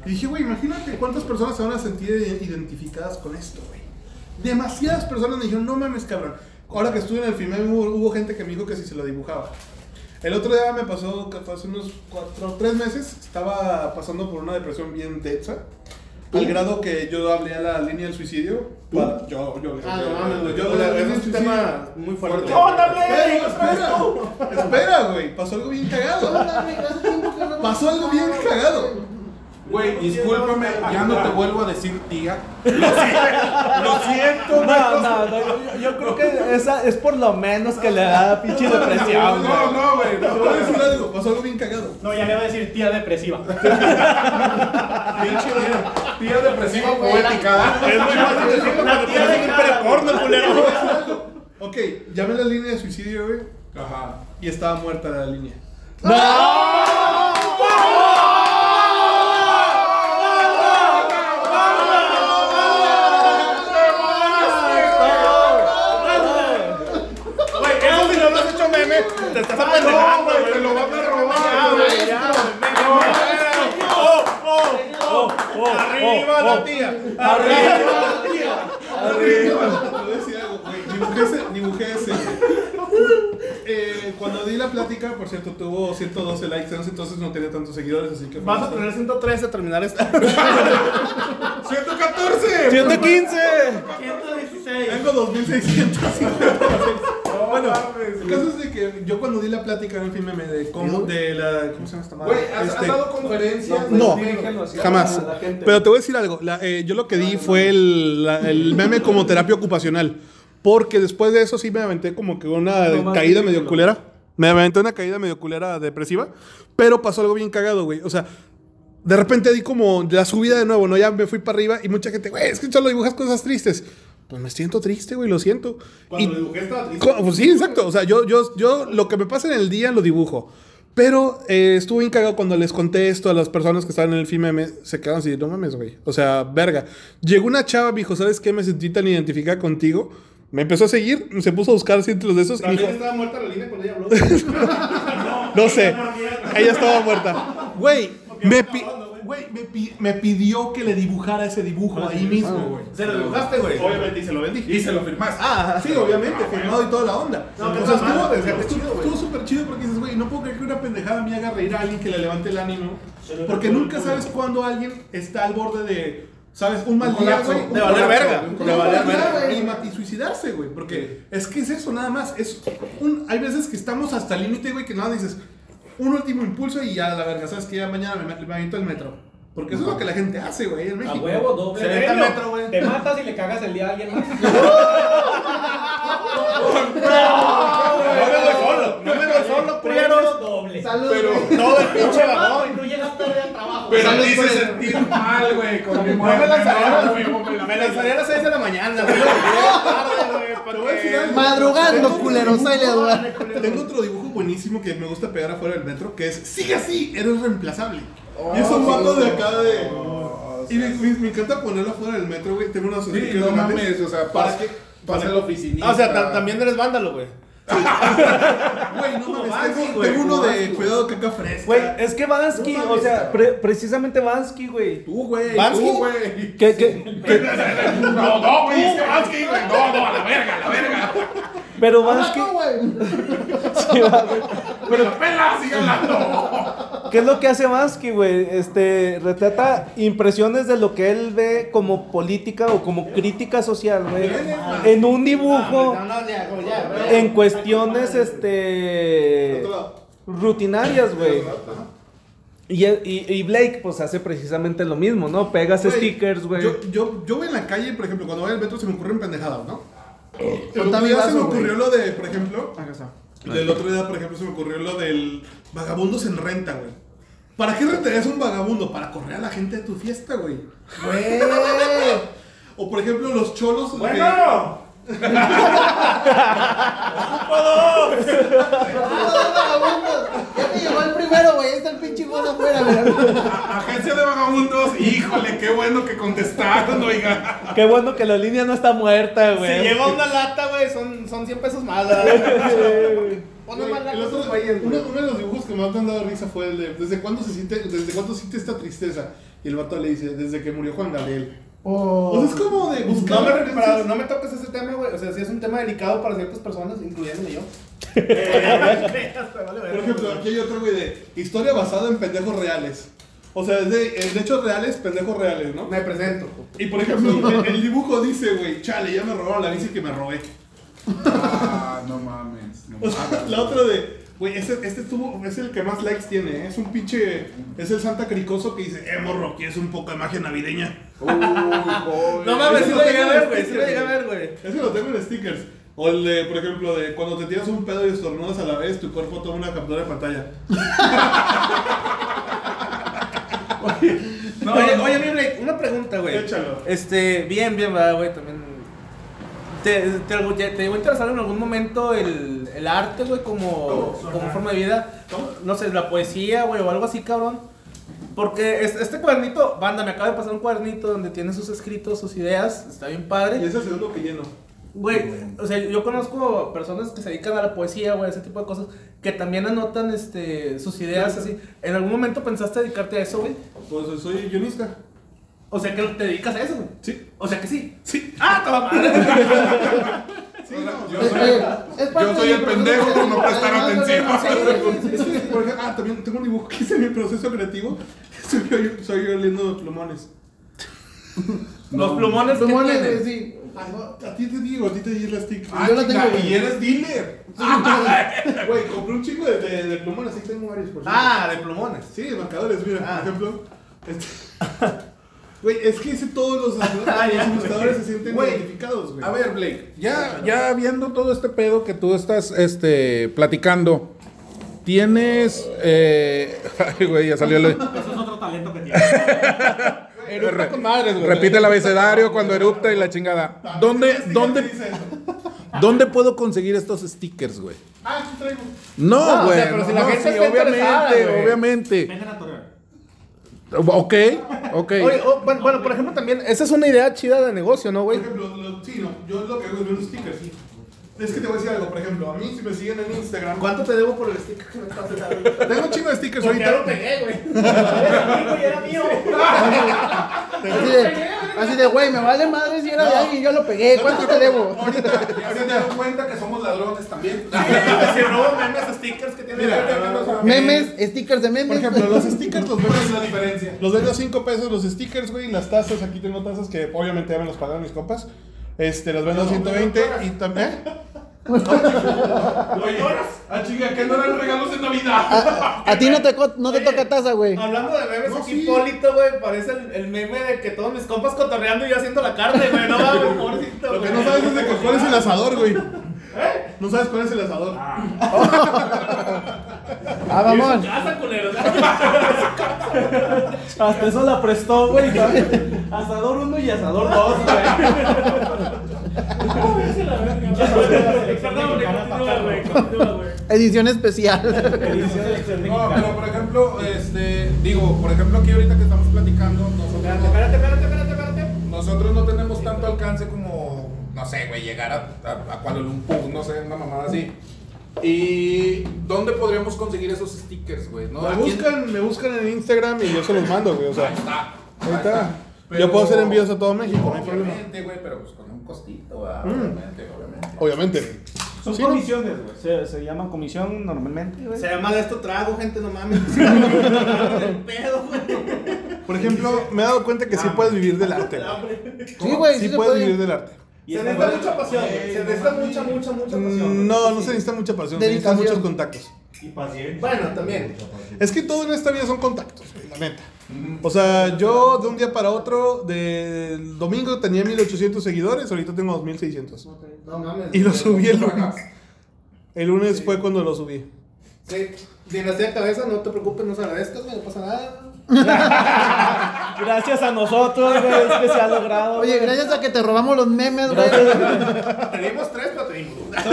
Y dije, güey, imagínate cuántas personas se van a sentir identificadas con esto, güey. Demasiadas personas me dijeron, no mames, cabrón. Ahora que estuve en el filme hubo, hubo gente que me dijo que si se lo dibujaba. El otro día me pasó, que fue hace unos cuatro, tres meses, estaba pasando por una depresión bien densa. Al grado que yo hablé a la línea del suicidio. para- yo, yo, yo, Ah, yo, no mames, güey. yo Yo, hablé a la la- línea del Es un suicidio. tema muy fuerte. Pero, espera, espera, güey, pasó algo bien cagado. Pasó algo bien cagado. Güey, discúlpame, ya no te vuelvo a decir tía. Lo siento. Lo siento. No, no, no, yo, yo creo que esa es por lo menos que le da pinche No, depresión, no, güey. no, güey. Te voy a decir algo, pasó algo bien cagado. No, ya le va a decir tía depresiva. Pinche eh. tía. Tía depresiva poética. La tía de cara, Ok, llamé a la línea de suicidio, güey, Ajá. y estaba muerta la línea. güey. meme, te estás Ah, apendejando, güey. Te lo van a Ya, robar, güey. güey, ya, güey. No, oh, oh, oh, oh, Arriba la tía. Arriba. Te voy a decir algo, güey. Dibujé ese. Dibujé ese. Eh, cuando di la plática, por cierto, tuvo 112 likes, entonces no tenía tantos seguidores, así que... Vas a tener 113 a terminar esta. 114. 115. 116. Tengo 2656. Bueno, el caso es de que yo cuando di la plática en el filme me de cómo de la cómo se llama esta madre? Güey, ¿has, has Este, dado conferencias? No. jamás. Pero te voy a decir algo, la- eh, yo lo que di fue el, la- el meme como terapia ocupacional, porque después de eso sí me aventé como que una caída medio culera. Me aventé una caída medio culera depresiva, pero pasó algo bien cagado, güey. O sea, de repente di como la subida de nuevo, ¿no? Ya me fui para arriba y mucha gente, güey, es que solo dibujas cosas tristes. Pues me siento triste, güey, lo siento. Y- Co- pues sí, exacto. O sea, yo, yo, yo lo que me pasa en el día lo dibujo. Pero eh, estuvo bien cagado cuando les conté esto a las personas que estaban en el filme. me- se quedaron así, no mames, güey. O sea, verga. Llegó una chava, me dijo, ¿sabes qué? Me sentí tan identificada contigo. Me empezó a seguir, se puso a buscar cientos de esos y me dijo, estaba muerta la línea cuando ella habló. no sé, ella estaba muerta. Güey, me, pi- güey, me pi- me pidió que le dibujara ese dibujo ahí mismo, güey. Se lo dibujaste, güey. Obviamente, y se lo vendí. Y se lo firmaste. Ah, sí, obviamente, firmado y toda la onda. No, pero o sea, está mal, güey, estuvo- está chido, estuvo güey. estuvo súper chido porque dices, güey, no puedo creer que una pendejada me haga reír a alguien que le levante el ánimo. Porque nunca sabes cuándo alguien está al borde de, ¿sabes? Un mal día, colapso, güey. un un colapso, verga. güey, un Un colapso. mal día, Y mat- y suicidarse, güey. Porque es que es eso, nada más. Es un, hay veces que estamos hasta el límite, güey, que nada, dices, un último impulso y ya la verga, ¿sabes que Ya mañana me, me aviento el metro. Porque eso es lo que la gente hace, güey, en A México. huevo, doble. Se venta meño. metro, güey. Te matas y le cagas el día a alguien más. No me doy solo. No me doy solo, culeros. Doble. Todo el pinche vagón. No llegas tarde al trabajo. Pero me hice sentir mal, güey. Con mi No me lanzaría, muerte. No, güey, Me lanzaría a las 6 de la mañana, güey. Tarde, güey, porque- Madrugando, culeros, ahí le doy. Tengo otro dibujo buenísimo que me gusta pegar afuera del metro, que es sigue así, eres reemplazable. y es un vato de acá de. y me, me- me encanta ponerlo afuera del metro, güey. Tengo una Sí, no mames, o sea, para que pasa el oficinista. O sea, ta- también eres vándalo, güey. Güey, no mames. Tengo, tengo uno de cuidado caca fresca. Güey, es que Vansky, o sea, pre- precisamente Vansky, güey. tú, güey. ¿Bansky? Tú, güey. Que, que, No, no, güey, es que más que, güey. No, no, a la verga, a la verga. pero Vansky, Pero pela, sigue hablando. ¿qué es lo que hace Vansky, güey? Este, retrata impresiones de lo que él ve como política o como crítica social, güey. En un dibujo, en cuestiones, este, rutinarias, güey. Y, y, y Blake, pues, hace precisamente lo mismo, ¿no? Pegas Güey, stickers, güey. Yo, yo, yo voy en la calle, por ejemplo, cuando voy al metro se me ocurren pendejadas, ¿no? Eh, El Contame otro día se vaso, me güey. ocurrió lo de, por ejemplo. Del otro día, por ejemplo, se me ocurrió lo del vagabundos en renta, güey. ¿Para qué rentarías un vagabundo? Para correr a la gente de tu fiesta, güey. O por ejemplo, los cholos. que- Ya me llegó el primero, güey. ahí Está el pinche gordo afuera, güey. Agencia de vagabundos, híjole, qué bueno que contestaron, oiga. Qué bueno que la línea no está muerta, güey. Si lleva una lata, güey, son, son 100 pesos más. ¿verdad? Ponle Güey, más lata. el otro- uno, uno de los dibujos que más me han dado risa fue el de ¿desde cuándo se siente, desde cuándo siente esta tristeza? Y el vato le dice, desde que murió Juan Gabriel. O sea, es como de buscar. No me, referencias. pero no me toques ese tema, güey. O sea, sí es un tema delicado para ciertas personas, incluyéndome yo. Por ejemplo, aquí hay otro güey de historia basada en pendejos reales. O sea, es de, es de hechos reales, pendejos reales, ¿no? Me presento. Y por ejemplo, el, el dibujo dice, güey, chale, ya me robaron la bici que me robé. Ah, no mames. No O sea, la otra de, güey, ese- este tuvo, es el que más likes tiene, ¿eh? es un pinche, es el Santa Cricoso que dice, eh, morro, ¿quieres un poco de magia navideña? No mames, sí Eso lo tiene llegué a ver, güey. stickers, Sí lo llegué a güey. ver, güey. Ese lo tengo en stickers. O el de, por ejemplo, de cuando te tiras un pedo y estornudas a la vez, tu cuerpo toma una captura de pantalla. oye, oye, mi Blake, una pregunta, güey. Échalo. Este, bien, bien, va, güey, también. ¿Te, te, te, te llegó a interesar en algún momento el, el arte, güey, como, como forma de vida? No sé, la poesía, güey, o algo así, cabrón. Porque es- este cuadernito, banda, me acaba de pasar un cuadernito donde tiene sus escritos, sus ideas, está bien Y padre. es el segundo que lleno. Güey, o sea, yo conozco personas que se dedican a la poesía, güey, ese tipo de cosas, que también anotan este, sus ideas así. ¿En algún momento pensaste dedicarte a eso, güey? Pues soy guionista. O sea, que te dedicas a eso, güey. Sí. O sea, que sí. Sí. ¡Ah, toma madre! Sí, no, yo Es- soy. eh, es parte yo soy del el proceso pendejo por no creativo. prestar Además, güey, atención. sí, sí, Es que, por ejemplo, ah, también tengo un dibujo que hice en mi proceso creativo. Soy yo, soy yo oliendo plumones. Los plumones, sí. que Pulmones, tienen. güey, sí. Ah, no, a ti te digo, a ti te di la stick. Ah, Yo la tengo, chinga, güey. Y eres dealer. Ah, Güey, compré un chico de, de, de plumones, sí tengo varios por cierto. Ah, de plumones. Ah. Sí, de marcadores, mira, por ejemplo. este- Güey, es que hice todos los, Ah, los ilustradores se sienten Güey, identificados, güey. A ver, Blake, ya, ya viendo todo este pedo que tú estás este, platicando, tienes. eh, ay, güey, ya salió el. Eso es otro talento que tiene. Re- con madres, güey. Repite el abecedario cuando erupta y la chingada. ¿Dónde, dónde, dónde puedo conseguir estos stickers, güey? Ah, sí traigo. No, No, o güey. sea, pero si la no, gente sí, está interesada, obviamente, güey. obviamente. Vengan a Torreón. Ok, ok. Oye, oh, bueno, bueno, por ejemplo, también, esa es una idea chida de negocio, ¿no, Por güey? ejemplo, lo- sí, no, yo lo que hago es ver los stickers, sí. Es que te voy a decir algo, por ejemplo, a mí si me siguen en Instagram. ¿Cuánto te debo por el sticker que me estás dando? Tengo un chingo de stickers Porque ya ahorita. lo pegué, güey. era mío. Así de, así de, güey, me vale madre si era de alguien, yo lo pegué, ¿cuánto te debo? Ahorita, ya se dieron cuenta que somos ladrones también. Se robó memes, stickers que tiene. Memes, stickers de memes. Por ejemplo, los stickers los vendo la diferencia. Los vendo a 5 pesos los stickers, güey, y las tazas, aquí tengo tazas que obviamente ya me los pagaron mis compas. Este, los vendo a 120 y también. ¿eh? ¿Lo lloras? Ah, chinga, que no eran regalos de Navidad. A, a ti no te, co- no te toca taza, güey. Hablando de memes, No, aquí sí. Hipólito, güey, parece el, el meme de que todos mis compas cotorreando y yo haciendo la carne, güey. No mames, pobrecito, Lo que güey. no sabes es de que- cuál es el asador, güey. No sabes cuál es el asador. Ah, mamón. Casa, culero. Hasta eso la prestó, güey. Asador 1 y asador 2, güey. Perdón, güey, continúa, güey, continúa, güey. Edición especial. No, pero por ejemplo, este, digo, por ejemplo aquí ahorita que estamos platicando, nosotros, no- nosotros no tenemos tanto alcance como, no sé, güey, llegar a, a, a Kuala Lumpur, no sé, una mamada así. ¿Y dónde podríamos conseguir esos stickers, güey? ¿No? Pues Me ¿A quién- buscan, me buscan en Instagram y yo se los mando, güey. O sea, Ah, Ahí está. ahí está. Pero- Yo puedo hacer envíos a todo México, no hay problema. Obviamente, güey, pero pues con un costito, ah, obviamente, obviamente. Obviamente. Son comisiones, güey. Se, se llaman comisión normalmente, güey. Se llama de esto trago, gente, no mames. pedo, güey. Por ejemplo, me he dado cuenta que sí puedes vivir del arte. güey. Sí, güey, sí Sí se puedes puede. vivir del arte. Se necesita mucha pasión, güey. Se necesita mucha, mucha, mucha pasión. güey. Mm, No, no se necesita mucha pasión, se necesitan Dedicación. muchos contactos. Y paciencia. Bueno, también. Es que todo en esta vida son contactos, güey, la neta. O sea, yo de un día para otro, del domingo tenía 1800 seguidores, ahorita tengo 2600. No mames. Y lo los subí el lunes. El lunes fue cuando lo subí. Sí. Dinastía de cabeza, no te preocupes, no se agradezcas, güey, no pasa nada. Gracias a nosotros, güey, es que se ha logrado. Oye, güey. gracias a que te robamos los memes, güey. Tenemos tres, pero tenemos una.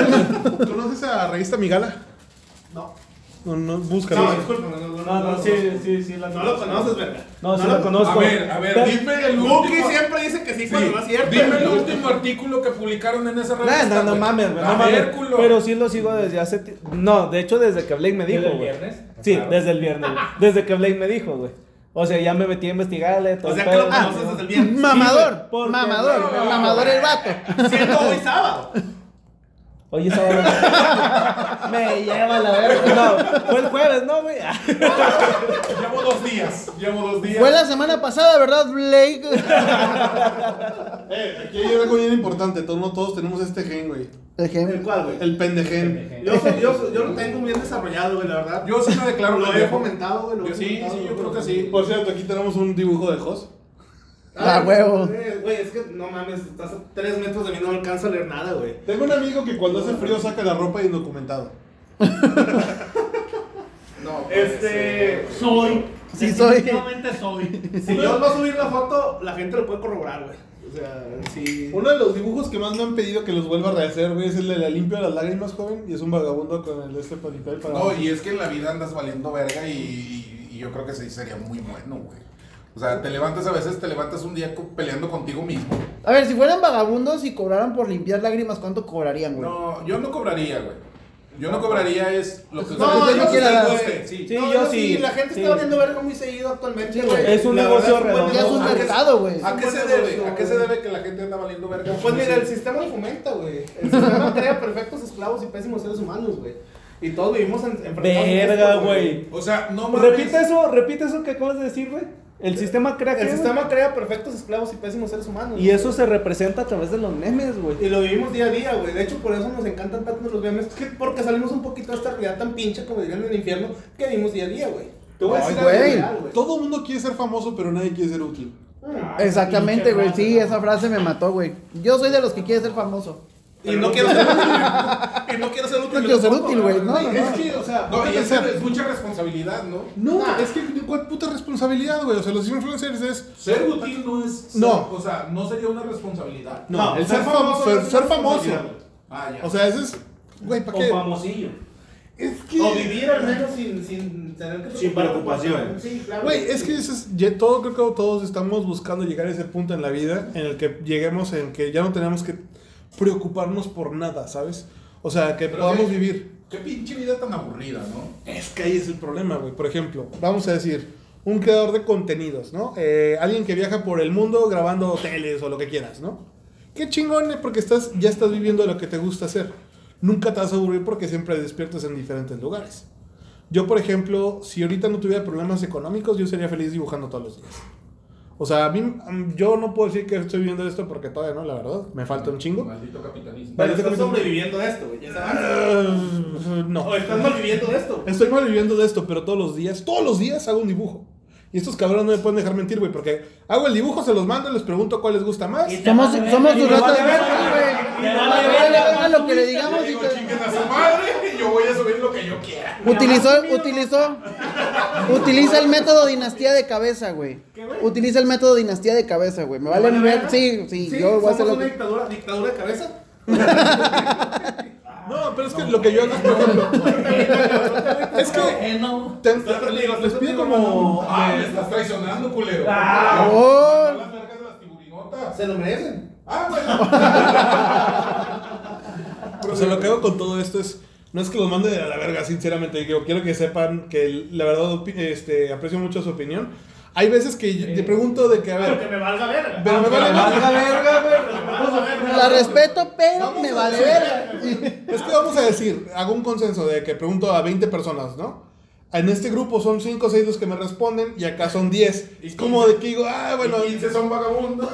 ¿Conoces a Revista Migala? No. No, no, No, búscalo. disculpa, no, no, No, no, sí, sí, sí, la No lo conoces, verga. No, sí No la lo- conozco. A ver, a ver, Pero- dime el Buki último... siempre dice que sí Sí, cuando no es cierto. Dime el último artículo que publicaron en esa No, revista. no, no mames, güey, no A mames. ver, culo. Pero sí lo sigo desde hace ti- No, de hecho desde que Blake me dijo, ¿Desde el güey. viernes? Sí, desde el viernes. güey. Desde que Blake me dijo, güey. O sea, ya me metí a investigarle todo. O sea el que lo pedo, conoces güey. desde el viernes. Mamador, porque- mamador, mamador el vato. Siendo hoy sábado. Oye, esa hora- me lleva la verga. No, fue el jueves, ¿no, güey? Ah, Llevo dos días, llevo dos días. Fue la semana pasada, ¿verdad, Blake? Eh, aquí hay algo bien importante, todos, no todos tenemos este gen, güey. El ¿El gen- cual, güey? El pendejen. Yo, soy- yo, soy- yo lo tengo bien desarrollado, güey, la verdad. Yo sí me declaro lo he pendejo. fomentado, güey. lo he Yo sí, fomentado, sí, yo güey. creo que sí. Por cierto, aquí tenemos un dibujo de Jos. Ah, huevo. eh, Güey, es que no mames, estás a tres metros de mí, no alcanzo a leer nada, güey. Tengo un amigo que cuando hace frío saca la ropa indocumentado. pues, Este. Soy. Sí soy. Definitivamente soy. Si yo no subir la foto, la gente lo puede corroborar, güey. O sea, sí. Uno de los dibujos que más me han pedido que los vuelva a rehacer, güey, es el de la limpia de las lágrimas, joven. Y es un vagabundo con el este para limpiar el No, paraguas. y es que en la vida andas valiendo verga y, y- y yo creo que sí sería muy bueno, güey. O sea, te levantas a veces, te levantas un día co- peleando contigo mismo. A ver, si fueran vagabundos y cobraran por limpiar lágrimas, ¿cuánto cobrarían, güey? No, yo no cobraría, güey. Yo no cobraría es lo que No, usted- yo usted quiero- guste. Sí, Sí, no, yo no, sí, La gente sí. está abriendo verga muy seguido actualmente, güey. Es un La negocio verdad, redondo. Ya es un ¿A qué- mercado, güey. ¿A qué se debe? ¿A qué se debe que la gente anda valiendo verga? Pues mira, el sistema lo fomenta, güey. El sistema crea perfectos esclavos y pésimos seres humanos, güey. Y todos vivimos en, enfrentados en esto, Verga, güey. O sea, no mames. Repite eso, repite eso que acabas de decir, güey. El sistema crea que. El sistema crea perfectos esclavos y pésimos seres humanos. Y eso se representa a través de los memes, güey. Y lo vivimos día a día, güey. De hecho, por eso nos encantan tanto los memes. que- Porque salimos un poquito de esta realidad tan pinche como dirían en el infierno que vivimos día a día, güey. Te voy a Ay, decir algo, güey. real, güey. Todo mundo quiere ser famoso, pero nadie quiere ser útil. Exactamente, güey. Sí, esa frase me mató, güey. Yo soy de los que quiere ser famoso. Y no quiero ser útil. y no quiero ser útil. No quiero ser útil, güey. No, no, Es no. que, o sea, No, ponte y a eso pensar- es mucha responsabilidad, ¿no? No, es que cuál puta responsabilidad, güey. O sea, los influencers es. Ser útil no es. ser- No. O sea, no sería una responsabilidad. No, el ser famoso. no Ser, es ser una famoso. responsabilidad. Ah, ya. O sea, ese es. Güey, ¿para O qué? famosillo. Es O que. vivir al menos sin, sin tener que. Sin preocupaciones. Sí, claro. Güey, es que eso es. ya Todo, creo que todos estamos buscando llegar a ese punto en la vida en el que lleguemos en que ya no tenemos que preocuparnos por nada, ¿sabes? O sea, que Pero podamos sí. vivir. Qué pinche vida tan aburrida, ¿no? Es que ahí es el problema, güey. Por ejemplo, vamos a decir, un creador de contenidos, ¿no? Eh, alguien que viaja por el mundo grabando hoteles o lo que quieras, ¿no? Qué chingón, eh, porque estás, ya estás viviendo lo que te gusta hacer. Nunca te vas a aburrir porque siempre despiertas en diferentes lugares. Yo, por ejemplo, si ahorita no tuviera problemas económicos, yo sería feliz dibujando todos los días. O sea, a mí, mm, yo no puedo decir que estoy viviendo esto porque todavía no, la verdad. Me falta un chingo. Maldito capitalismo. Pero estás sobreviviendo de esto, güey. Ya sabes. Eh, no. O estás malviviendo de esto. Estoy mal viviendo de esto, pero todos los días, todos los días hago un dibujo. Y estos cabrones no me pueden dejar mentir, güey, porque hago el dibujo, se los mando, les pregunto cuál les gusta más. Somos, somos sus ratas vale de verga, güey. Y Vale vale verga, verga, hagan lo que le digamos y Digo, que- chinguen a su madre, yo voy a subir lo que yo quiera. Utilizó, utilizó, utiliza el método dinastía de cabeza, güey. Utiliza el método dinastía de cabeza, güey. Me vale ver. Sí, sí, yo voy a hacer somos una lo que. dictadura, dictadura de cabeza. No, pero es que lo que yo hago es, por ejemplo, es que te- les pido como... Ah, me estás traicionando, culero. Oh, Las vergas de las tiburinotas. Se lo merecen. Ah, bueno. O sea, lo que hago con todo esto es, no es que los mande a la verga, sinceramente, digo, quiero que sepan que la verdad opi- este, aprecio mucho su opinión. Hay veces que yo- te pregunto de que, a Que ver, me valga verga. pero me vale verga. Valga verga, güey. la respeto, pero me vale verga. Es que vamos a decir, hago un consenso de que pregunto a 20 personas, ¿no? En este grupo son 5 o 6 los que me responden y acá son 10. Es como de que digo, ah, bueno, Los 15 son vagabundos.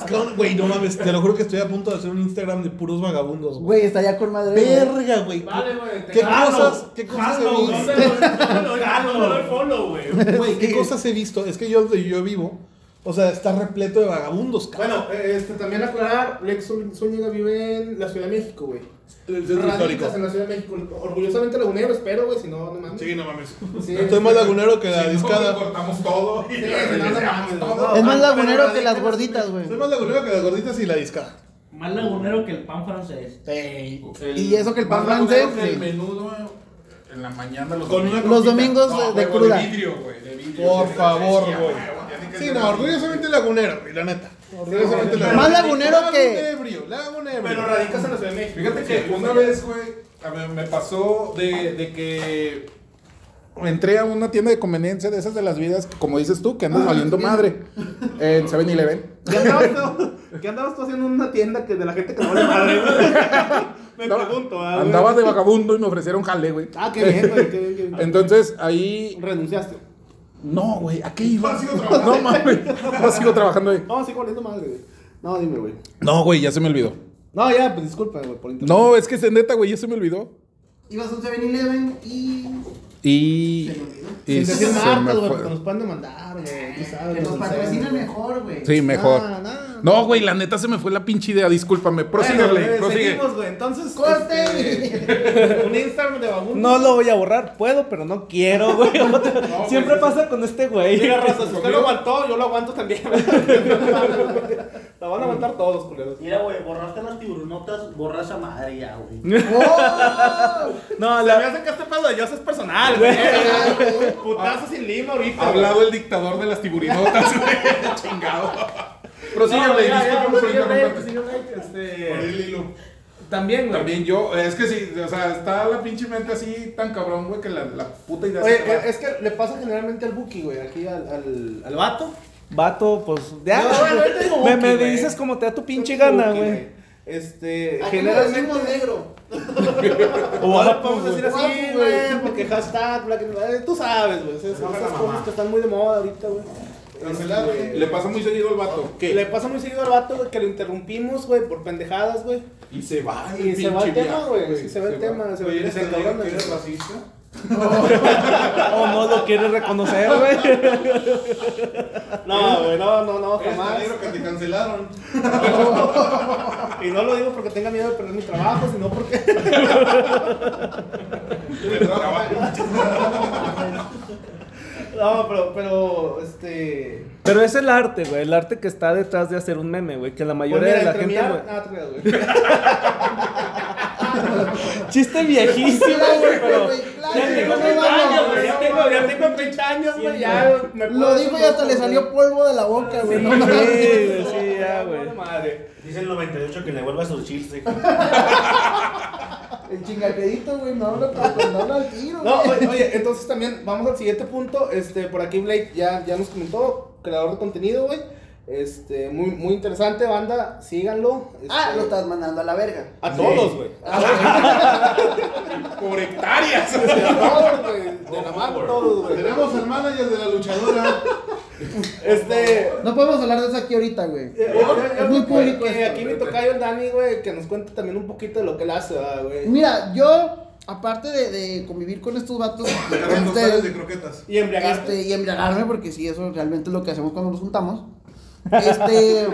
es que, güey, no mames, te lo juro que estoy a punto de hacer un Instagram de puros vagabundos, güey. Güey, estaría con madre. güey. Verga, güey. Vale, güey. te ¿Qué jalo. cosas, qué cosas Jalo, he no visto? te lo- no te lo- no te doy follow, güey. Güey, qué cosas he visto? Es que yo donde yo vivo, o sea, está repleto de vagabundos, cabrón. Bueno, eh, este, también aclarar, Lex Zú- Zúñiga vive en la Ciudad de México, güey. El centro Radicas histórico. en la Ciudad de México. Orgullosamente lagunero, espero, güey, si no, no mames. no mames. Sí. Estoy más lagunero que la Cada... discada. Cortamos todo y Sí, le no, no regresamos mames, todo. no. Es más Pero lagunero que radicas las gorditas, güey. Estoy más lagunero que las gorditas y la discada. Más lagunero que el pan francés. Y eso que el pan Más lagunero francés, que El sí. menudo en la mañana los Con una domingos. Los domingos de- de huevo, cruda. De vidrio, güey. de vidrio. Por Sí, favor, sí, güey. huevo, tiene que Sí, ser no, así. orgullosamente lagunero, güey, la neta. Orgullosamente Más lagunero que- Lagunebrio, lagunebrio. Pero radicas en la Ciudad de México. Fíjate que una vez, güey, a ver, me pasó de, de que entré a una tienda de conveniencia de esas de las vidas, como dices tú, que Ah, andas valiendo madre. Eh, En 7-Eleven. ¿Qué andabas, tú, ¿Qué andabas tú haciendo en una tienda que de la gente que no vale madre, güey? Me Andaba- pregunto, ah, güey. Andaba de vagabundo y me ofrecieron jale, güey. Ah, qué bien, güey, qué bien, qué Ah. bien. Entonces ahí. Renunciaste. No, güey, ¿a qué iba? No mames, no sigo trabajando ahí. No, sigo valiendo madre, güey. No, dime, güey. No, güey, ya se me olvidó. No, ya, pues disculpa, güey, por interrumpir. No, es que es neta, güey, ya se me olvidó. Ibas a un 7-Eleven y. Y. y Sin decir se me marcas, güey, fue. porque nos pueden demandar, güey. Tú sabes, Eh, Que nos güey, patrocinan sabes. mejor, güey. Sí, mejor. Nah, nah. No, güey, la neta se me fue la pinche idea, discúlpame. Prosigue, Ah, Bueno, güey, güey, prosigue. Seguimos, güey. Entonces, ¡Corte! este, un Instagram de vagabundos. No lo voy a borrar, puedo, pero no quiero, güey. Siempre pasa con este güey. Mira, raza, si usted lo aguantó, yo lo aguanto también. la van a aguantar todos, culeros. Mira, güey, borraste las tiburonotas, borra esa madre ya, güey. No, Se me la, hace que este pedo de Dios es personal, güey. Putazo sin lima ahorita. Hablado el dictador de las tiburinotas, güey. Chingado. Prosigue, No, güey, ya, ya, disculpa por prosigue, güey, interrumpirte. prosigue, güey, este- Por el hilo. También, güey. También yo, es que sí, o sea, está la pinche mente así tan cabrón, güey, que la, la puta idea Oye, eh, se te va. güey, es que le pasa generalmente al Buki, güey, aquí al, al, al vato. Vato, pues. Ya, No, güey. bueno, ahorita digo me Buki, me güey. dices como te da tu pinche Buki, gana, güey. güey. Este, Aquí le generalmente. decimos negro. O ahora podemos decir así, Guapo, pues, güey, güey. porque hashtag, black and white, eh, tú sabes, güey. Esas, esas cosas que están muy de moda ahorita, güey. Cancelar, Este, güey. Le pasa muy seguido al vato. ¿Qué? Le pasa muy seguido al vato, güey, que lo interrumpimos, güey, por pendejadas, güey. Y se va. Y se va el pinche tema, viaje, güey, sí, se va el tema, se va- Oye, ¿eres se encabronan, cabrón, eres güey. racista? O no lo quieres reconocer, güey. No, güey, no, no, no, Eres jamás. negro que te cancelaron. Y no lo digo porque tenga miedo de perder mi trabajo, sino porque. Te trabajan. No, pero, pero, este. Pero es el arte, güey. El arte que está detrás de hacer un meme, güey. Pues Que la mayoría de la gente, mirar- güey. Ah, te creas, güey. Chiste viejísimo, güey, pero. Ya tengo no, no, no, güey, ya tengo, ya tengo 30 años, güey, ya me Lo dijo y hasta le salió polvo de la boca, güey. Sí, no güey, mames. sí, ya, güey. Dice el 98 que le vuelva a surchirse. El chingadito, güey, no habla, pero no habla al tiro, No, güey. oye, oye, entonces también vamos al siguiente punto. Este, por aquí Blake ya, ya nos comentó, creador de contenido, güey. Este, muy, muy interesante, banda, síganlo. Este, Ah, lo estás mandando a la verga. A todos, güey. Por hectáreas. A todos, güey. De la mano, todos, güey. Tenemos al manager de la luchadora. Este. No podemos hablar de eso aquí ahorita, güey. eh, yo- yo- Es muy público que esto, aquí mi tocayo el Dani, güey, que nos cuente también un poquito de lo que él hace, ah, güey. Mira, yo, aparte de, de convivir con estos vatos, Le con cargan dos tales de ustedes, croquetas. Y embriagarte. este, y embriagarme, porque sí, eso realmente es lo que hacemos cuando nos juntamos. Este, Que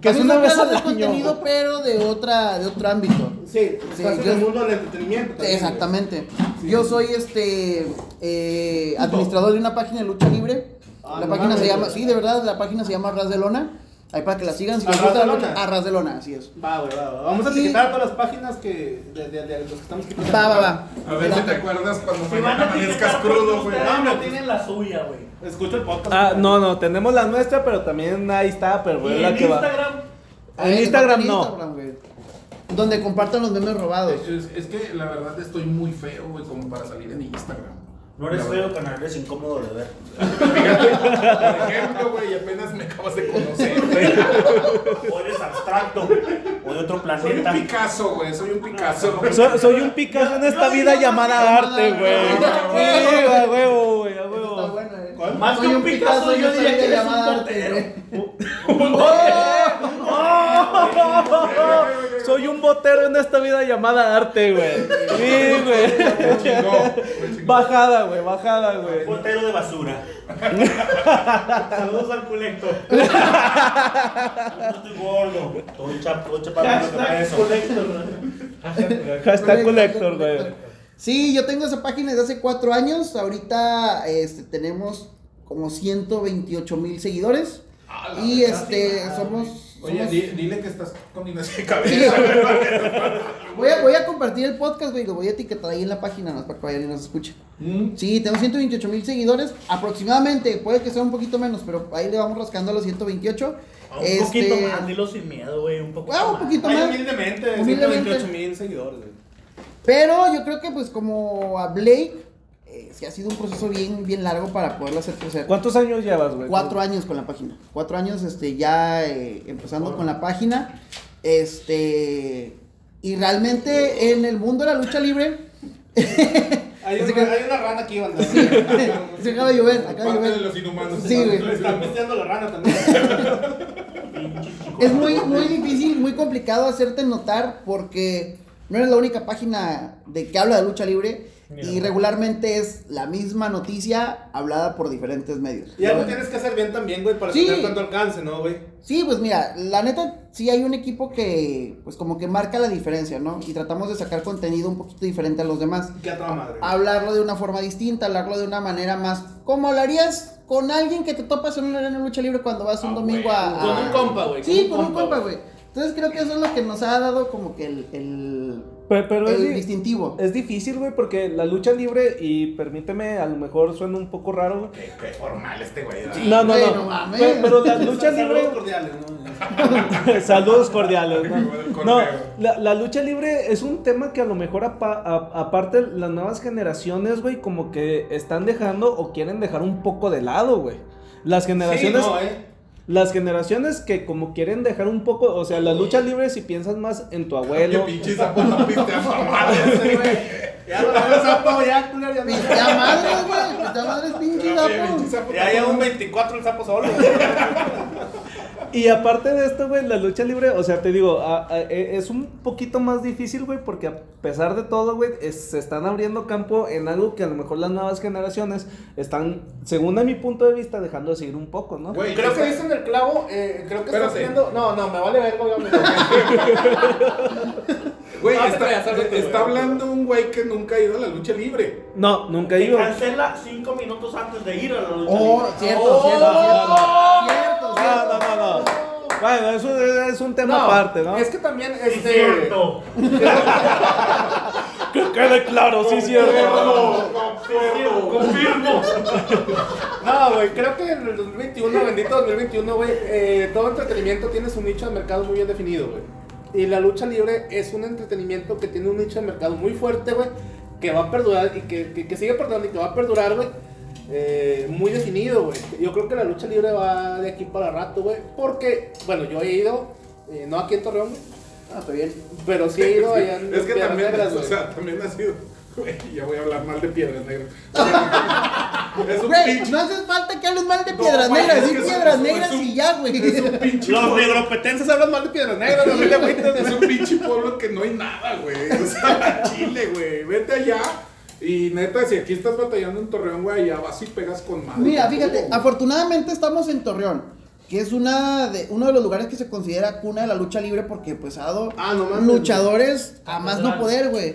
que es es una una vez creador al de año, contenido, pero de otra, de otro ámbito. Sí, Sí, estás en yo- el mundo del entretenimiento. también, güey. Exactamente. Yo soy este eh, administrador de una página de lucha libre. Ah, la no página se mames. llama, sí, de verdad, la página se llama Arras de Lona. Ahí para que la sigan si les ¿Arras gusta de la lucha. Lona? Arras de Lona, así es. Va, güey, va, va. Vamos a Y- etiquetar todas las páginas que. de, de, de los que estamos quitando. Va, va, va. A ver si te acuerdas cuando Si van mañana a amanezcas etiquetar, crudo, güey. ustedes no tienen la suya, güey. Escucha el podcast. Ah, no, no, tenemos la nuestra, pero también ahí está, pero Y güey, la en que va. Instagram, En Ahí Instagram en no. Instagram, güey. Donde compartan los memes robados. Es, es que la verdad estoy muy feo, güey, como para salir en Instagram. no eres La feo, canal, eres incómodo de ver. verdad. Por ejemplo, güey, apenas me acabas de conocer, güey. O eres abstracto, o de otro Soy planeta. un Picasso, güey, soy un Picasso. So- soy un Picasso en esta vida llamada arte, güey. Sí, a huevo, güey, a Eso huevo. Está bueno, eh. Más Soy que un Picasso, yo soy diría de que eres llamada un arte, güey. Soy un botero en esta vida llamada arte, güey. Sí, güey. Bajada, güey, bajada, güey. Botero de basura. Saludos al culecto. No estoy gordo. Estoy chapo, chaparrito que Hashtag peso. colector, güey. Hashtag collector, güey. Sí, yo tengo esa página desde hace cuatro años. Ahorita este, tenemos como 128 mil seguidores. Y este, somos. Oye, somos- di- dile que estás con Inés de Sí, cabeza. voy, a, voy a compartir el podcast, güey. Lo voy a etiquetar ahí en la página nada más para que vayan y nos escuchen. Sí, tenemos 128 mil seguidores aproximadamente. Puede que sea un poquito menos, pero ahí le vamos rascando a los 128. Un poquito más, dilo sin miedo, güey. Un poquito Ah, Este un más. poquito Ay, más. humildemente, Humildemente. 128 mil seguidores, güey. Pero yo creo que, pues, como a Blake, eh, sí ha sido un proceso bien, bien largo para poderlo hacer crecer. ¿Cuántos años llevas, güey? cuatro años con la página. Cuatro años este, ya eh, empezando con la página. Este. Y realmente en el mundo de la lucha libre. Hay, Así una, que- hay una rana aquí, banda. se acaba de llover, acaba de Parte de llover. los inhumanos. Sí, güey. Le están pisteando la rana también. Es muy, muy difícil, muy complicado hacerte notar porque no eres la única página de que habla de lucha libre. Y regularmente es la misma noticia hablada por diferentes medios. Y algo tienes que hacer bien también, güey, para Sí. tener tanto alcance, ¿no, güey? Sí, pues mira, la neta sí hay un equipo que pues como que marca la diferencia, ¿no? Y tratamos de sacar contenido un poquito diferente a los demás. Que a toda madre. Hablarlo de una forma distinta, hablarlo de una manera más... Como hablarías con alguien que te topas en una arena de lucha libre cuando vas un domingo a, Ah, Con a- un compa, güey, Sí, con con un un compa, compa, güey. Entonces creo que eso es lo que nos ha dado como que el... el- Pe- pero el es, di- distintivo. es difícil, güey, porque la lucha libre, y permíteme, a lo mejor suena un poco raro, güey. Qué, qué formal este güey. ¿verdad? No, no, güey, no. no mames. Pe- pero las luchas Saludos libres. cordiales, ¿no? Saludos cordiales. ¿no? Correo. No, la, la lucha libre es un tema que a lo mejor apa- a- aparte las nuevas generaciones, güey, como que están dejando o quieren dejar un poco de lado, güey. Las generaciones... Sí, no, ¿eh? Las generaciones que como quieren dejar un poco, o sea, las luchas libres si piensas más en tu Qué abuelo. pinche sapo tan pisteas, mamadas, güey. Ya lo veo sapo, ya, culero, ya. no. Pistea Pues, madre, güey. Pistea madre es pinche Pinche sapo. sapo Ya lleva un tan- 24 el sapo solo. Y aparte de esto, güey, la lucha libre, o sea, te digo, a- a- e- es un poquito más difícil, güey, porque a pesar de todo, güey, es- se están abriendo campo en algo que a lo mejor las nuevas generaciones están, según a mi punto de vista, dejando de seguir un poco, ¿no? Güey, Creo que esta- dicen el clavo, eh, creo que estás Espérate. haciendo. No, no, me vale ver, obviamente. Güey, está, está hablando un güey que nunca ha ido a la lucha libre. No, nunca Te digo. cancela 5 minutos antes de ir a la lucha. Oh, libre. cierto, Oh, cierto, cierto. oh, Cierto, No, no, cierto. no, no. Bueno, eso es, es un tema aparte, ¿no? Es que también, sí, este. cierto. que quede claro, sí, Confirmo, confirmo. No, güey, creo que en el 2021, bendito 2021, güey, eh, todo entretenimiento tiene su nicho de mercado muy bien definido, güey. Y la lucha libre es un entretenimiento que tiene un nicho de mercado muy fuerte, güey, que va a perdurar y que, que, que sigue perdurando y que va a perdurar, güey. eh, muy definido, güey. Yo creo que la lucha libre va de aquí para rato, güey. Porque, bueno, yo he ido, eh, no aquí en Torreón, güey, Ah, está bien. pero sí he ido allá en es que Piedras también, Negras, o güey. sea, también ha sido. Güey, ya voy a hablar mal de piedras negras. es un Güey, pinche. no hace falta que hables mal de No, piedras güey, negras. es Di que es un- piedras es negras un- y ya, güey. Es un pinche. Los pueblo- negropetenses hablan mal de Piedras Negras, no te agüites, Es un pinche pueblo que no hay nada, güey. O sea, Chile, güey. Vete allá. Y neta, si aquí estás batallando en Torreón, güey, allá vas y pegas con madre. Mira, con fíjate, todo, güey. afortunadamente estamos en Torreón, que es una de, uno de los lugares que se considera cuna de la lucha libre porque pues ha dado Ah, no mames. luchadores a más no poder, güey.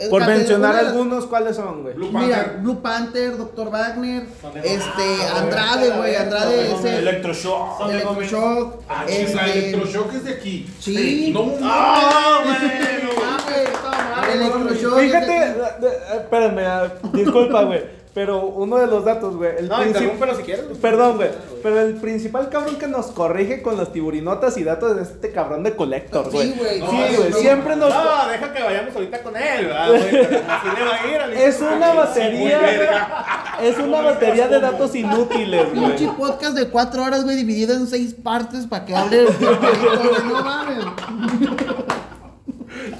Eh, Por catedral- mencionar una de las- algunos, ¿cuáles son, güey? Blue Mira, Panther. Blue Panther, Dr. Wagner, este, Andrade, güey, Andrade es el Electroshock. Electroshock, Ah, chis, la este, electroshock es de aquí. sí, No, Ah, no bueno. mames, Electroshock, Fíjate, es de- eh, eh, espérame, ah, disculpa, güey. Pero uno de los datos, güey. El No, princip- interrúmpelo si quieres. güey. Perdón, güey. Pero el principal cabrón que nos corrige con las tiburinotas y datos es este cabrón de Collector, güey. Sí, güey. Sí, güey. Siempre nos. No, deja que vayamos ahorita con él, ¿verdad, güey? Así le va a ir al Es una batería. güey. Es una batería de datos inútiles, Pinche güey. podcast de cuatro horas, güey, dividido en seis partes para que hable. el tiempo, güey, no mames.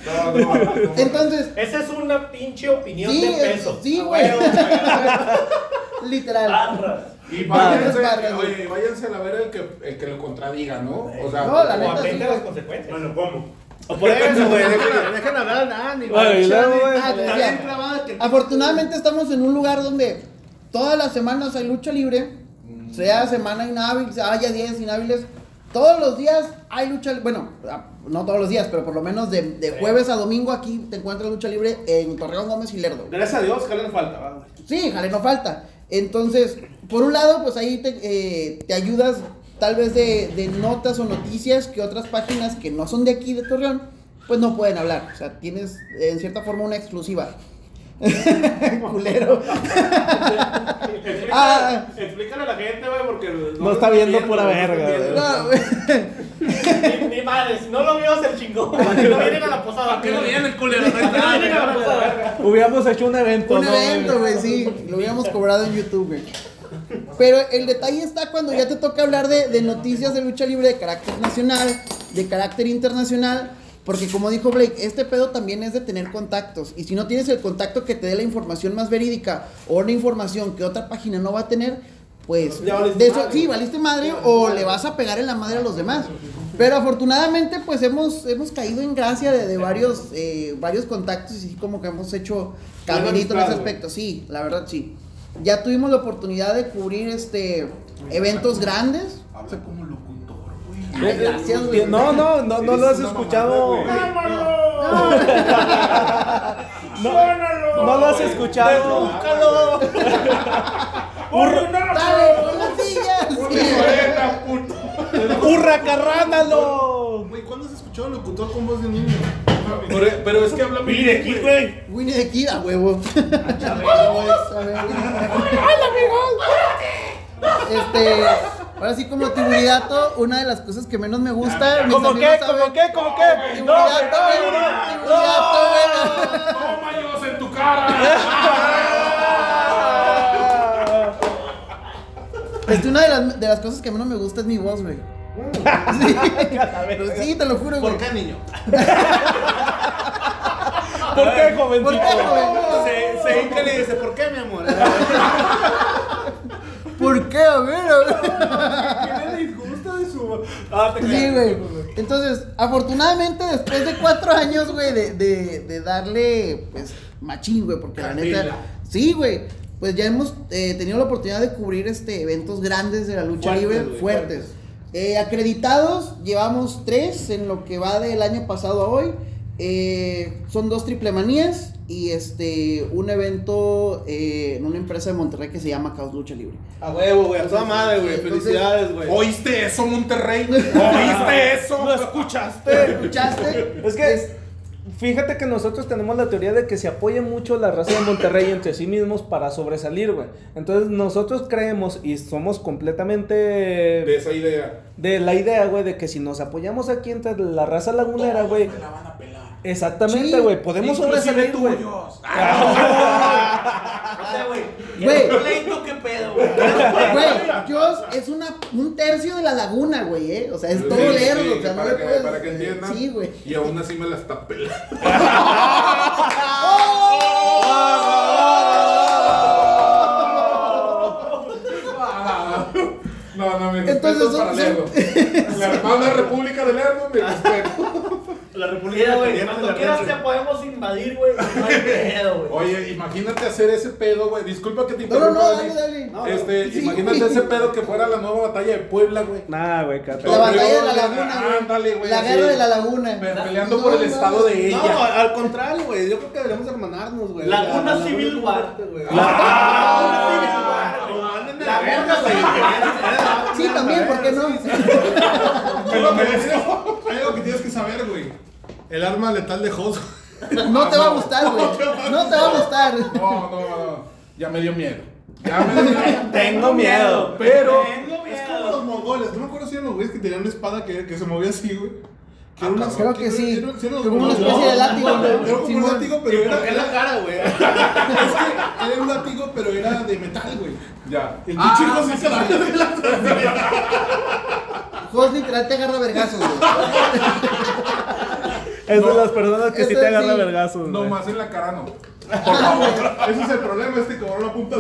No, no, no. Entonces, Esa es una pinche opinión Sí, de es- peso. sí, A güey. huevo, literal. Barras. Y Va. váyanse, Barras, güey. oye, váyanse a la ver el que, el que lo contradiga, ¿no? O sea, No, la o neta, a- sí, Aprende güey. las consecuencias. Bueno, O por eso, güey, dejen, dejen hablar a Nani, Bueno, y luego, güey. Ah, Está mira, bien clavada que el- Afortunadamente estamos en un lugar donde todas las semanas hay lucha libre, sea semana inhábil, sea- haya días inhábiles. Todos los días hay lucha libre. Bueno, ah, no todos los días, pero por lo menos de, de jueves a domingo aquí te encuentras lucha libre en Torreón Gómez y Lerdo. Gracias a Dios, que le falta, va, güey. Sí, jale, no falta. Entonces, por un lado, pues ahí te, eh, te ayudas tal vez de, de notas o noticias que otras páginas que no son de aquí, de Torreón, pues no pueden hablar. O sea, tienes eh, en cierta forma una exclusiva. Culero. Explícale, Ah. explícale a la gente, güey, porque No está viendo pura verga, güey. No, güey. Ni, ni madres, no lo vio el chingón. ¿Para que no vienen a la posada? ¿Para qué no vienen, culero? No vienen a la posada. Hubiéramos hecho un evento, Un ¿no, güey? evento, güey, sí. Lo hubiéramos cobrado en YouTube, güey. Pero el detalle está cuando ya te toca hablar de, de noticias de lucha libre de carácter nacional, de carácter internacional. Porque como dijo Blake, este pedo también es de tener contactos. Y si no tienes el contacto que te dé la información más verídica o una información que otra página no va a tener, pues Ya valiste de eso madre. sí, valiste madre o le vas a pegar en la madre a los demás. Pero afortunadamente pues hemos, hemos caído en gracia de, de varios, eh, varios contactos y como que hemos hecho caminito en ese amistad, güey. aspecto. Sí, la verdad sí. Ya tuvimos la oportunidad de cubrir este eventos grandes. Habla como locutor, güey. Eh, eh, Gracias, güey. No, no, no, no Eres lo has una mamada, escuchado. güey. No, no lo has escuchado. ¡Búscalo! ¡Dale, con las sillas! Suena, puto. ¡Hurracarránalo! Güey, ¿cuándo has escuchado locutor con voz de niño? Pero, pero es que hablamos. Winnie de Kid, güey. Winnie de Kid, a huevo. Ah, Este, ahora sí como tiburidato, una de las cosas que menos me gusta. mis ¿Cómo amigos qué? saben- ¿Cómo qué? ¿Cómo qué? Tiburidato, güey, tiburidato, güey. Toma yo en tu cara. Este, una de las, de las cosas que menos me gusta es mi voz, güey. Sí, Pero sí, te lo juro, güey. ¿Por qué, niño? ¿Por qué, joven? ¿Por qué, joven? Se, se hinca y le dice, ¿por qué, mi amor? ¿Por qué? A ver, a ver. ¿Qué le disgusta de su.? Ah, te Sí, güey. Entonces, afortunadamente, después de cuatro años, güey, de, de, de darle, pues, machín, güey, porque la neta. Carnela. Sí, güey. Pues ya hemos eh, tenido la oportunidad de cubrir este eventos grandes de la lucha Fuertes, libre, güey, fuertes. Eh, acreditados, llevamos tres en lo que va del año pasado a hoy. Eh, son dos triple manías y este un evento eh, en una empresa de Monterrey que se llama Caos Lucha Libre. A huevo, güey. A toda madre, güey. Entonces- Felicidades, güey. ¿Oíste eso, Monterrey? ¿Oíste eso? ¿Lo escuchaste? ¿Escuchaste? Es que fíjate que nosotros tenemos la teoría de que se apoya mucho la raza de Monterrey entre sí mismos para sobresalir, güey. Entonces nosotros creemos y somos De completamente esa idea. de la idea, güey, de que si nos apoyamos aquí entre la raza lagunera, güey. Exactamente, Sí, güey. Podemos sobresalir, güey. Güey. Pleito, qué pedo, güey. Güey, Dios es una, un tercio de la laguna, güey, ¿eh? O sea, es todo Sí, lerdo. sí, o sea, no para le que- puedes- para que entiendan. Sí, güey. Y aún así me las está pelando. ¡Oh! ¡Oh! No, no, me Entonces, respeto para son- Lerdo. La hermana República de Lerdo, me respeto. La República güey. Cuando quieras te podemos invadir, güey. No hay pedo, güey. Oye, imagínate hacer ese pedo, güey. Disculpa que te No, no, interrumpa. no, Dani. dale, dale. Este, Sí, imagínate güey. ese pedo que fuera la nueva batalla de Puebla, güey. Nah, güey, La cata. Todo. batalla de la Torreón, laguna, güey. ándale, güey, La sí. guerra de la laguna. Pe- Peleando por el estado de No, ella. al contrario, güey. Yo creo que deberíamos hermanarnos, güey. La- Laguna la- Civil la- War. güey. La verga, güey. Sí, también, ¿por qué no? Pero me dice, Hay algo que tienes que saber, güey. El arma letal de Hoss. No te va a gustar, güey. No te va a gustar. No, no, no. Ya me dio miedo. Ya me dio miedo. Tengo miedo. Pero. Tengo Es como miedo. los mongoles. No me acuerdo si eran los güeyes que tenían una espada que, que se movía así, güey. Que era una- Creo que sí. era- eran Como los una mongoles. especie de látigo, No, ¿no? Era como un Simón. látigo, pero era, Es la cara, güey. es que era un látigo, pero era de metal, güey. Ya. El pinche hijo se hizo la Jos literal te agarra vergazos, güey. Es de las personas que sí Ese te agarra sí. vergazos, No güey. más en la cara, no. Ese es el problema, este cabrón apunta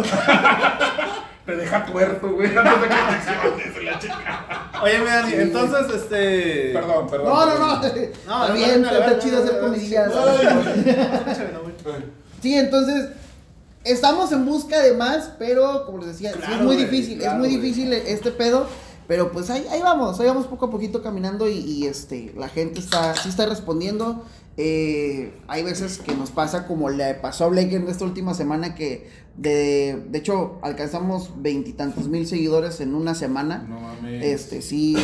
Te deja tuerto, güey. antes de que te exhibas. Oye, mi Dani, entonces, este. Perdón, perdón. No, no, no. No, Está no, bien, no, no, está no, chido no, hacer no, no, comidillas. no, no, no, Sí, entonces estamos en busca de más, pero como les decía, sí es muy difícil, es muy difícil este pedo, pero pues ahí, ahí vamos, ahí vamos poco a poquito caminando y, y, este, la gente está, sí está respondiendo. Eh, hay veces que nos pasa como le pasó a Blake en esta última semana que de, de hecho alcanzamos veintitantos mil seguidores en una semana. No mames. Este, sí,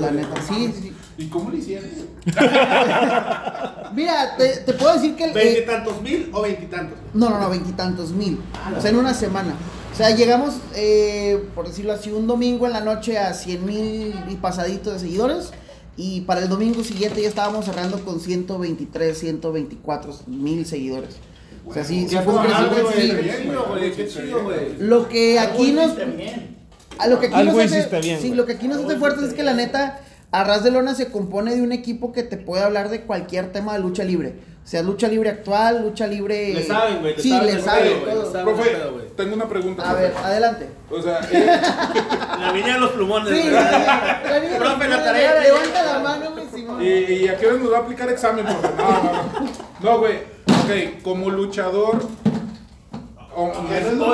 la neta, sí, sí, sí. ¿Y cómo lo hicieron? Mira, te, te puedo decir que... el- eh, ¿Veintitantos mil o veintitantos? No, no, no, veintitantos mil. O sea, en una semana. O sea, llegamos, eh, por decirlo así, un domingo en la noche a 100 mil y pasadito de seguidores. Y para el domingo siguiente ya estábamos cerrando con 123, 124 mil seguidores. O sea, sí, sí fue un crecimiento, sí. Qué chido, güey, qué chido, güey. Lo que aquí nos... También. A lo que aquí Algo nos hace, hiciste bien, sí, güey. lo que aquí nos hace fuertes es que la neta, Arras de Lona se compone de un equipo que te puede hablar de cualquier tema de lucha libre. O sea, lucha libre actual, lucha libre... Le saben, güey, le Sí, saben le al saben. pedo, güey, le todo. saben. Profe, Pero, güey. tengo una pregunta. A ver, profe. adelante. O sea, eh, La viña de los plumones, Sí, sí, sí. güey. La niña Profe, la le- tarea era- Levanta la mano, mi Simón. ¿y, y a qué hora nos va a aplicar examen? Profe? No, no, no. No, güey. Ok, como luchador. o-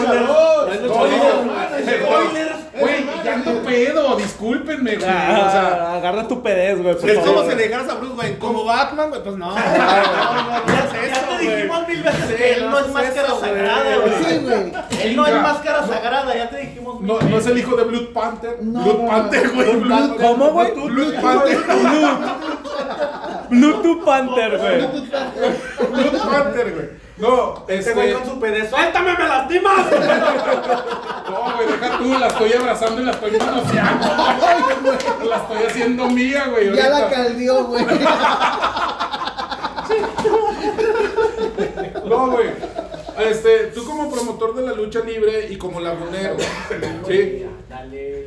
No, no, no. Güey, ya no pedo, discúlpenme, güey. O sea, Ah, agarra tu pedez, güey. por Es como favor. si le dijeras a Bruce Wayne, como Batman, güey, pues no. Ya te dijimos mil veces que él no es máscara sagrada, Sí, güey. güey. Él no es máscara sagrada, ya te dijimos mil no, no es el hijo de Blood Panther. No. Blood Panther, güey. Blood- ¿Cómo, güey? Blood Panther. Bluetooth Panther, güey. Blue Panther, güey. No, Este este. güey con su pene. ¡Suéltame, me lastimas! No, güey, deja tú, la estoy abrazando y la estoy manoseando. güey. La estoy haciendo mía, güey. Ya la ahorita. caldió, güey. No, güey. Este, tú como promotor de la lucha libre y como lagunero, ¿sí?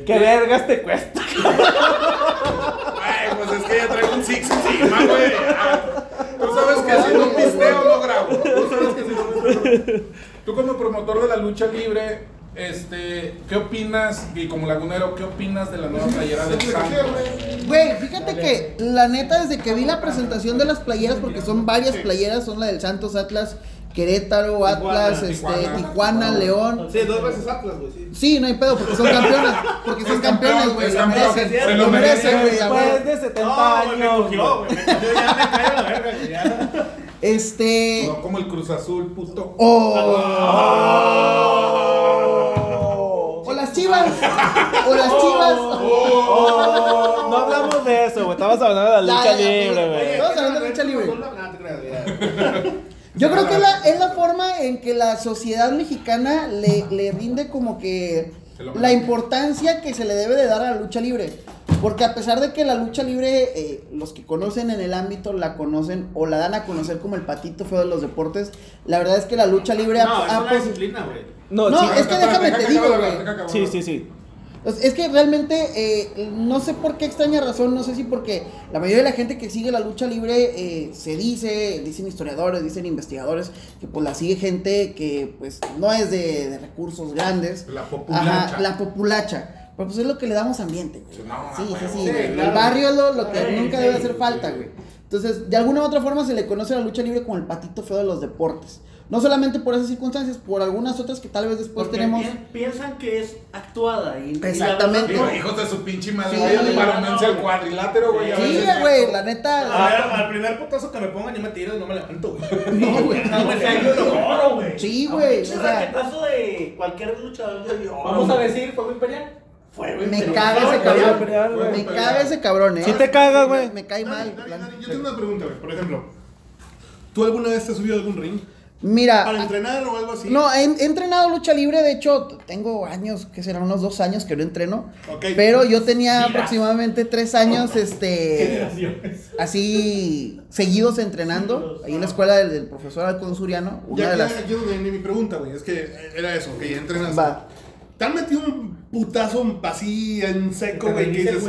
¿Qué vergas te cuesta? Ay, pues es que ya traigo un six encima, güey. Ah, Tú sabes que si no pisteo no grabo. Tú sabes que si no pisteo. Tú como promotor de la lucha libre, este, ¿qué opinas? Y como lagunero, ¿qué opinas de la nueva playera del Santos? Güey, fíjate que la neta, desde que vi la presentación de las playeras, porque son varias playeras, son la del Santos Atlas, Querétaro, Atlas, este, Tijuana. Tijuana, León. Sí, dos veces Atlas, güey. sí. Sí, no hay pedo, porque son campeonas. Porque son campeonas, güey. es Lo campeón, merecen. se lo Lo merecen, merecen, güey. a huevo. Después de 70 No, güey, me años. cogió, güey. me cogió, ya me cayó la verga, güey, ya. Este. No como el Cruz Azul, puto. O O las chivas. O las chivas. Oh, no hablamos de eso, güey. Estabas hablando de la La- lucha la- libre, güey. Estamos hablando de lucha libre. Ah, te creas, güey. Yo creo que es la, es la forma en que la sociedad mexicana le, le rinde como que la importancia que se le debe de dar a la lucha libre. Porque a pesar de que la lucha libre, eh, los que conocen en el ámbito la conocen o la dan a conocer como el patito feo de los deportes, la verdad es que la lucha libre... ha- No, es ha una posi- disciplina, güey. No, No, sí, es que déjame te digo, acabar, güey. deja acabar. sí, sí, sí. O sea, Es que realmente, eh, no sé por qué extraña razón, no sé si porque la mayoría de la gente que sigue la lucha libre eh, se dice, dicen historiadores, dicen investigadores, que pues la sigue gente que pues no es de, de recursos grandes. La populacha. Ajá, la populacha. Pero pues es lo que le damos ambiente, güey. No, a sí, sí, huevo. sí, Sí, güey. claro. El barrio es lo, lo que Sí, nunca sí, debe hacer sí. falta, güey. Entonces, de alguna u otra forma se le conoce a la lucha libre como el patito feo de los deportes. No solamente por esas circunstancias, por algunas otras que tal vez después Porque Pues tenemos... pi- piensan que es actuada. y- y la Exactamente. verdad, Hijo- Hijos de su pinche madre, Sí. güey, animaronense al cuadrilátero, güey. a Sí, veces. güey, la neta... A ver, al primer putazo que me pongan, yo me tiro y no me levanto, güey. No, güey. Ah, No, güey. Año de oro, güey. Sí, güey, Un o sea- raquetazo de cualquier luchador de oro. Vamos a güey. decir, fue muy pelear. Fue, güey. Me pero- caga No, ese güey, Voy a cabrón. pelear, güey. Me caga ese cabrón, eh. Sí te caga, güey. Me- Me cae Dani, mal. Dani, plan. Dani, yo tengo una pregunta, güey. Por ejemplo, ¿tú alguna vez te has subido a algún ring? Mira, ah, ¿Para entrenar o algo así? Ah, no, he, he entrenado lucha libre, de hecho, tengo años, que serán unos dos años que no entreno. Ok. Pero yo tenía aproximadamente tres años, este, así, seguidos entrenando, ahí en la escuela del, del profesor Alcón Suriano, una Ya, de ya, las... ya, yo, güey, ni mi pregunta, güey. Es que era eso, que ya entrenas. Va. ¿Te han metido un putazo así en seco, Te güey? Que reinicia el dices,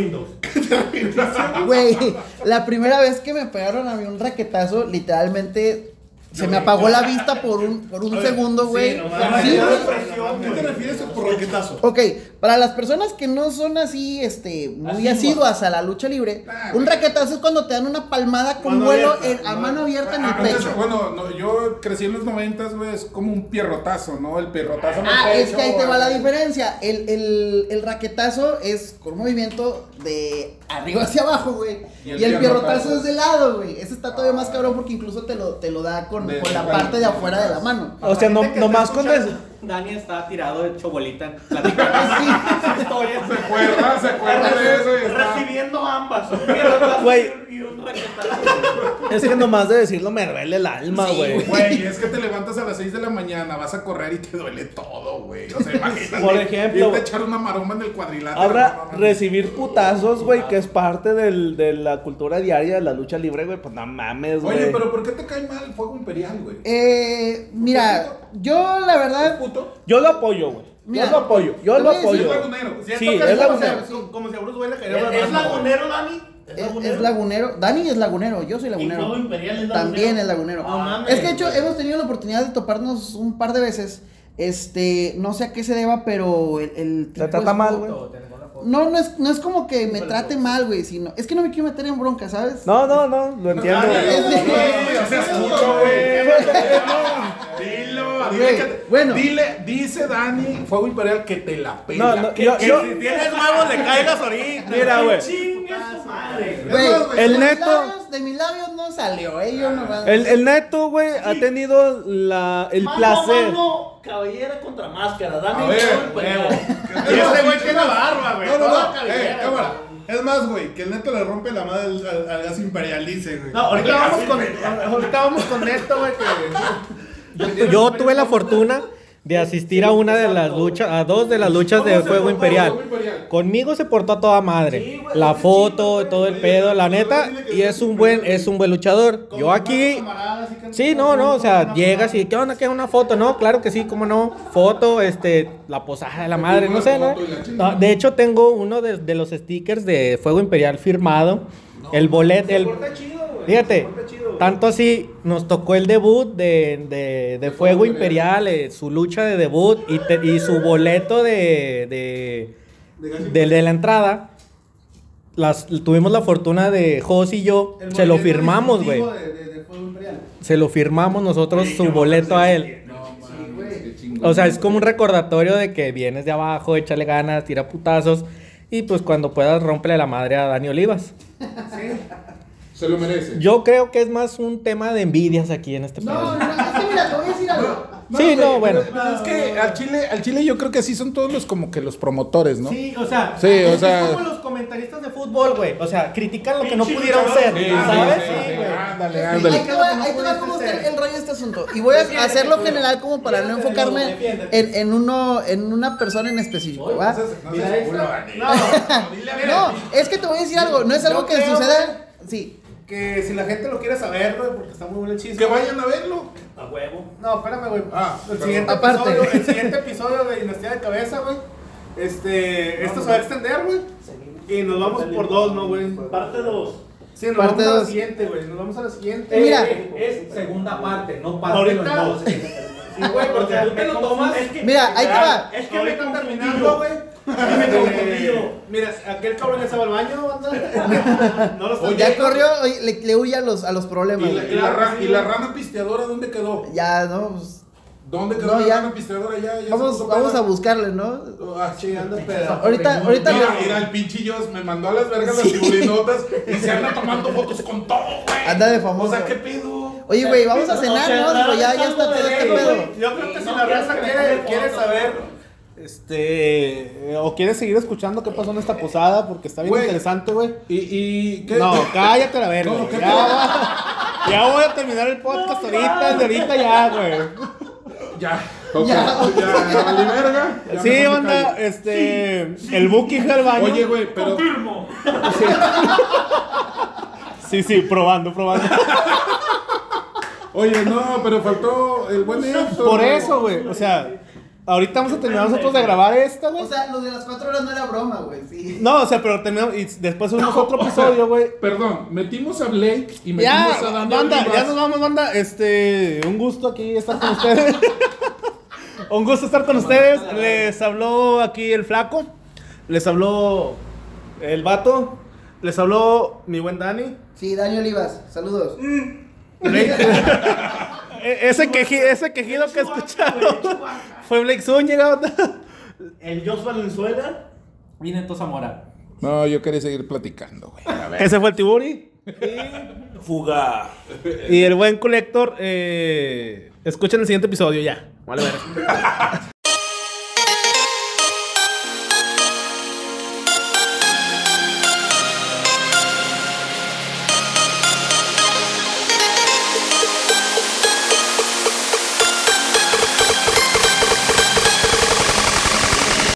Windows. Güey, la primera vez que me pegaron a mí un raquetazo, literalmente se me apagó la vista por un, por un segundo, güey. "Ah, Sí, ya, güey. ¿A ¿Qué te refieres por raquetazo? Ok, para las personas que no son así, este, muy asiduas a la lucha libre, un raquetazo es cuando te dan una palmada con Mano vuelo abierta, en- a mano abierta Ah, en el Antes, pecho. bueno, no, yo crecí en los noventas, güey, es como un pierrotazo, ¿no? El pierrotazo en el Ah, es pecho, que ahí te va la güey. diferencia. El, el- el raquetazo es con un movimiento de arriba hacia abajo, güey. Y Y el el, pierrotazo pierrotazo. es de lado, güey. Ese está todavía más cabrón porque incluso te lo, te lo da con, De- con la de- parte de afuera de la mano. O sea, no, nomás con eso. Dani está tirado hecho bolita. Sí. Platicando su historia. ¿Se acuerda? ¿Se acuerda de eso? Y está- Recibiendo ambas. un pierrotazo Güey. Y un raquetazo. Es que nomás de decirlo me duele el alma, güey. Güey, es que te levantas a las 6 de la mañana, vas a correr y te duele todo, güey. O sea, imagínate. Por ejemplo, irte a güey. echar una maromba en el cuadrilátero. no Ahora, mames. recibir putazos, güey, que es parte del- de la cultura diaria de la lucha libre, güey, pues no mames, güey. Oye, pero ¿por qué te cae mal el fuego imperial, güey? Eh, mira, yo la verdad... Puto. Yo lo apoyo, güey. Yo Mira, lo apoyo, yo te lo voy a decir- apoyo. Es lagunero. Siento Sí, que es como lagunero. si- como- Como si a Bruce Wayne le cayera una ¿Es mano, güey. lagunero, Dani? Es, es lagunero. Dani es lagunero, yo soy El juego lagunero. imperial es lagunero. También es lagunero. No mames. es que de hecho hemos tenido la oportunidad de toparnos un par de veces. Este, no sé a qué se deba, pero el, el Te tipo trata es- mal, güey. No, no es, no es como que me trate mal, güey, sino es que no me quiero meter en bronca, ¿sabes? No, no, no, lo entiendo. güey. Es de- Güey, o sea, escucho, güey. Dilo, dile Güey, que te- bueno. Dile, dice Dani, fuego imperial que te la pela. No, no, que- yo, que yo- si Tienes huevos, le caigas ahorita. mira, güey. Chinga su madre. güey. Güey, más, güey, el de mis neto- labios- de mis labios no salió, eh, yo Ah. nomás- El, el neto, güey, ha tenido la, el Mano a placer. mano, cabellera contra máscara. A Dani ver, León, pues, huevo. ya. Y ese este güey tiene barba, güey. No, no, Toda no. cabellera, Eh, cámara. Es más, güey, que el neto le rompe la madre al, al, al gas imperialice, güey. No, ahorita Gas vamos con, imperial. ahorita vamos con esto, güey. Yo- Yo tuve la fortuna de asistir a una de las luchas, a dos de las luchas de Fuego Imperial. Conmigo se portó a toda madre. La foto, todo el pedo, la neta. Y es un buen, es un buen luchador. Yo aquí. Sí, no, no, o sea, llegas y ¿qué onda? ¿Qué una foto? No, claro que sí, cómo no. Foto, este, la posada de la madre, no sé, ¿no? No, de hecho, tengo uno de, de los stickers de Fuego Imperial firmado. El bolet, el. Fíjate, tanto así, nos tocó el debut de, de- de Fuego Imperial, eh, su lucha de debut y, te- y su boleto de, de, de- de la entrada. Las, tuvimos la fortuna de Jos y yo, se lo firmamos, güey. Se lo firmamos nosotros su boleto a él. O sea, es como un recordatorio de que vienes de abajo, échale ganas, tira putazos. Y pues cuando puedas, rompele la madre a Dani Olivas. Se lo merece. Yo creo que es más un tema de envidias aquí en este No, país. no, es que mira, te voy a decir algo. sí, no, güey, bueno. pero- pero pues, es que al Chile, al Chile yo creo que así son todos los como que los promotores, ¿no? Sí, o sea, Sí, o es sea- como los comentaristas de fútbol, güey. O sea, critican lo que no Pinche pudieron luchador. ser, Sí, ¿sabes? sí, sí, Sí, güey. güey. Ándale, Ahí ándale. te va, ahí te va cómo está el rollo de este asunto. Y voy a hacerlo general como para no enfocarme en, en uno, en una persona en específico, ¿va? pues, No, es que te voy a decir algo, no es algo Yo que creo, suceda. Sí. Que si la gente lo quiere saber, güey, porque está muy bueno el chiste. Que vayan a verlo. A huevo. No, espérame, güey. Ah, el perdón. siguiente Aparte. Episodio, el siguiente episodio de Dinastía de Cabeza, güey. Este, esto se va a extender, güey. Y nos vamos por dos, ¿no, güey? Parte dos. Sí, nos Parte vamos a la dos. siguiente, güey. Nos vamos a la siguiente. Eh, Mira. Es segunda parte, no parte en dos. Sí, güey, porque tú te lo tomas. Mira, ahí te va. Es que ahorita terminando, güey. Este, Mira, aquel cabrón que se va al baño, banda. No lo está ya viendo. corrió, oye, le, le huye a los, a los problemas. ¿Y la, y güey. la ra- y la rana pisteadora dónde quedó? Ya, no. pues, ¿Dónde quedó No, la ya. rana pisteadora? Ya, ya se vamos, puso vamos peda. a buscarle, ¿no? Ah, sí, anda peda. Ahorita- ahorita Mira, lo- mira, el pinche Dios me mandó a las vergas las tiburinotas y se anda tomando fotos con todo, güey. Anda de famoso. O sea, ¿qué pedo? Oye, güey, vamos a cenar, ¿no? Digo, ya, ya está todo este pedo. Yo creo que si la raza quiere, quiere saber. Este. eh, O quiere seguir escuchando qué pasó en esta posada, porque está bien Güey. interesante, güey. ¿Y, y qué? No, cállate la verga. No, güey. ¿qué ya, va- ya voy a terminar el podcast ahorita, desde ahorita ya, güey. Ya. ok, Ya. Ya, ya, vale verga. Ya Sí, mejor me onda, callo. este. El Buki al baño. Oye, güey, pero. Sí, sí, probando, probando. Oye, no, pero faltó el buen Héctor. Por eso, güey. O sea, ahorita vamos a terminar nosotros de grabar esta, güey. O sea, lo de las cuatro horas no era broma, güey. Sí. No, o sea, pero terminamos. Y después subimos otro episodio, güey. Perdón, metimos a Blake y Ya, metimos a Dani. banda, Olivas. ya nos vamos, banda. Este, un gusto aquí estar con ustedes. un gusto estar con ustedes. Les habló aquí el flaco. Les habló el vato. Les habló mi buen Dani. Sí, Dani Olivas, saludos. E- ese, queji- ese quejido que escucharon fue Blake Zúñiga. banda. El Jos Valenzuela. Vine entonces a Zamora. No, yo quería seguir platicando, güey. A ver. ese fue el Tiburi. Fuga. Y el buen colector. eh, escuchen el siguiente episodio ya. Vale, ver.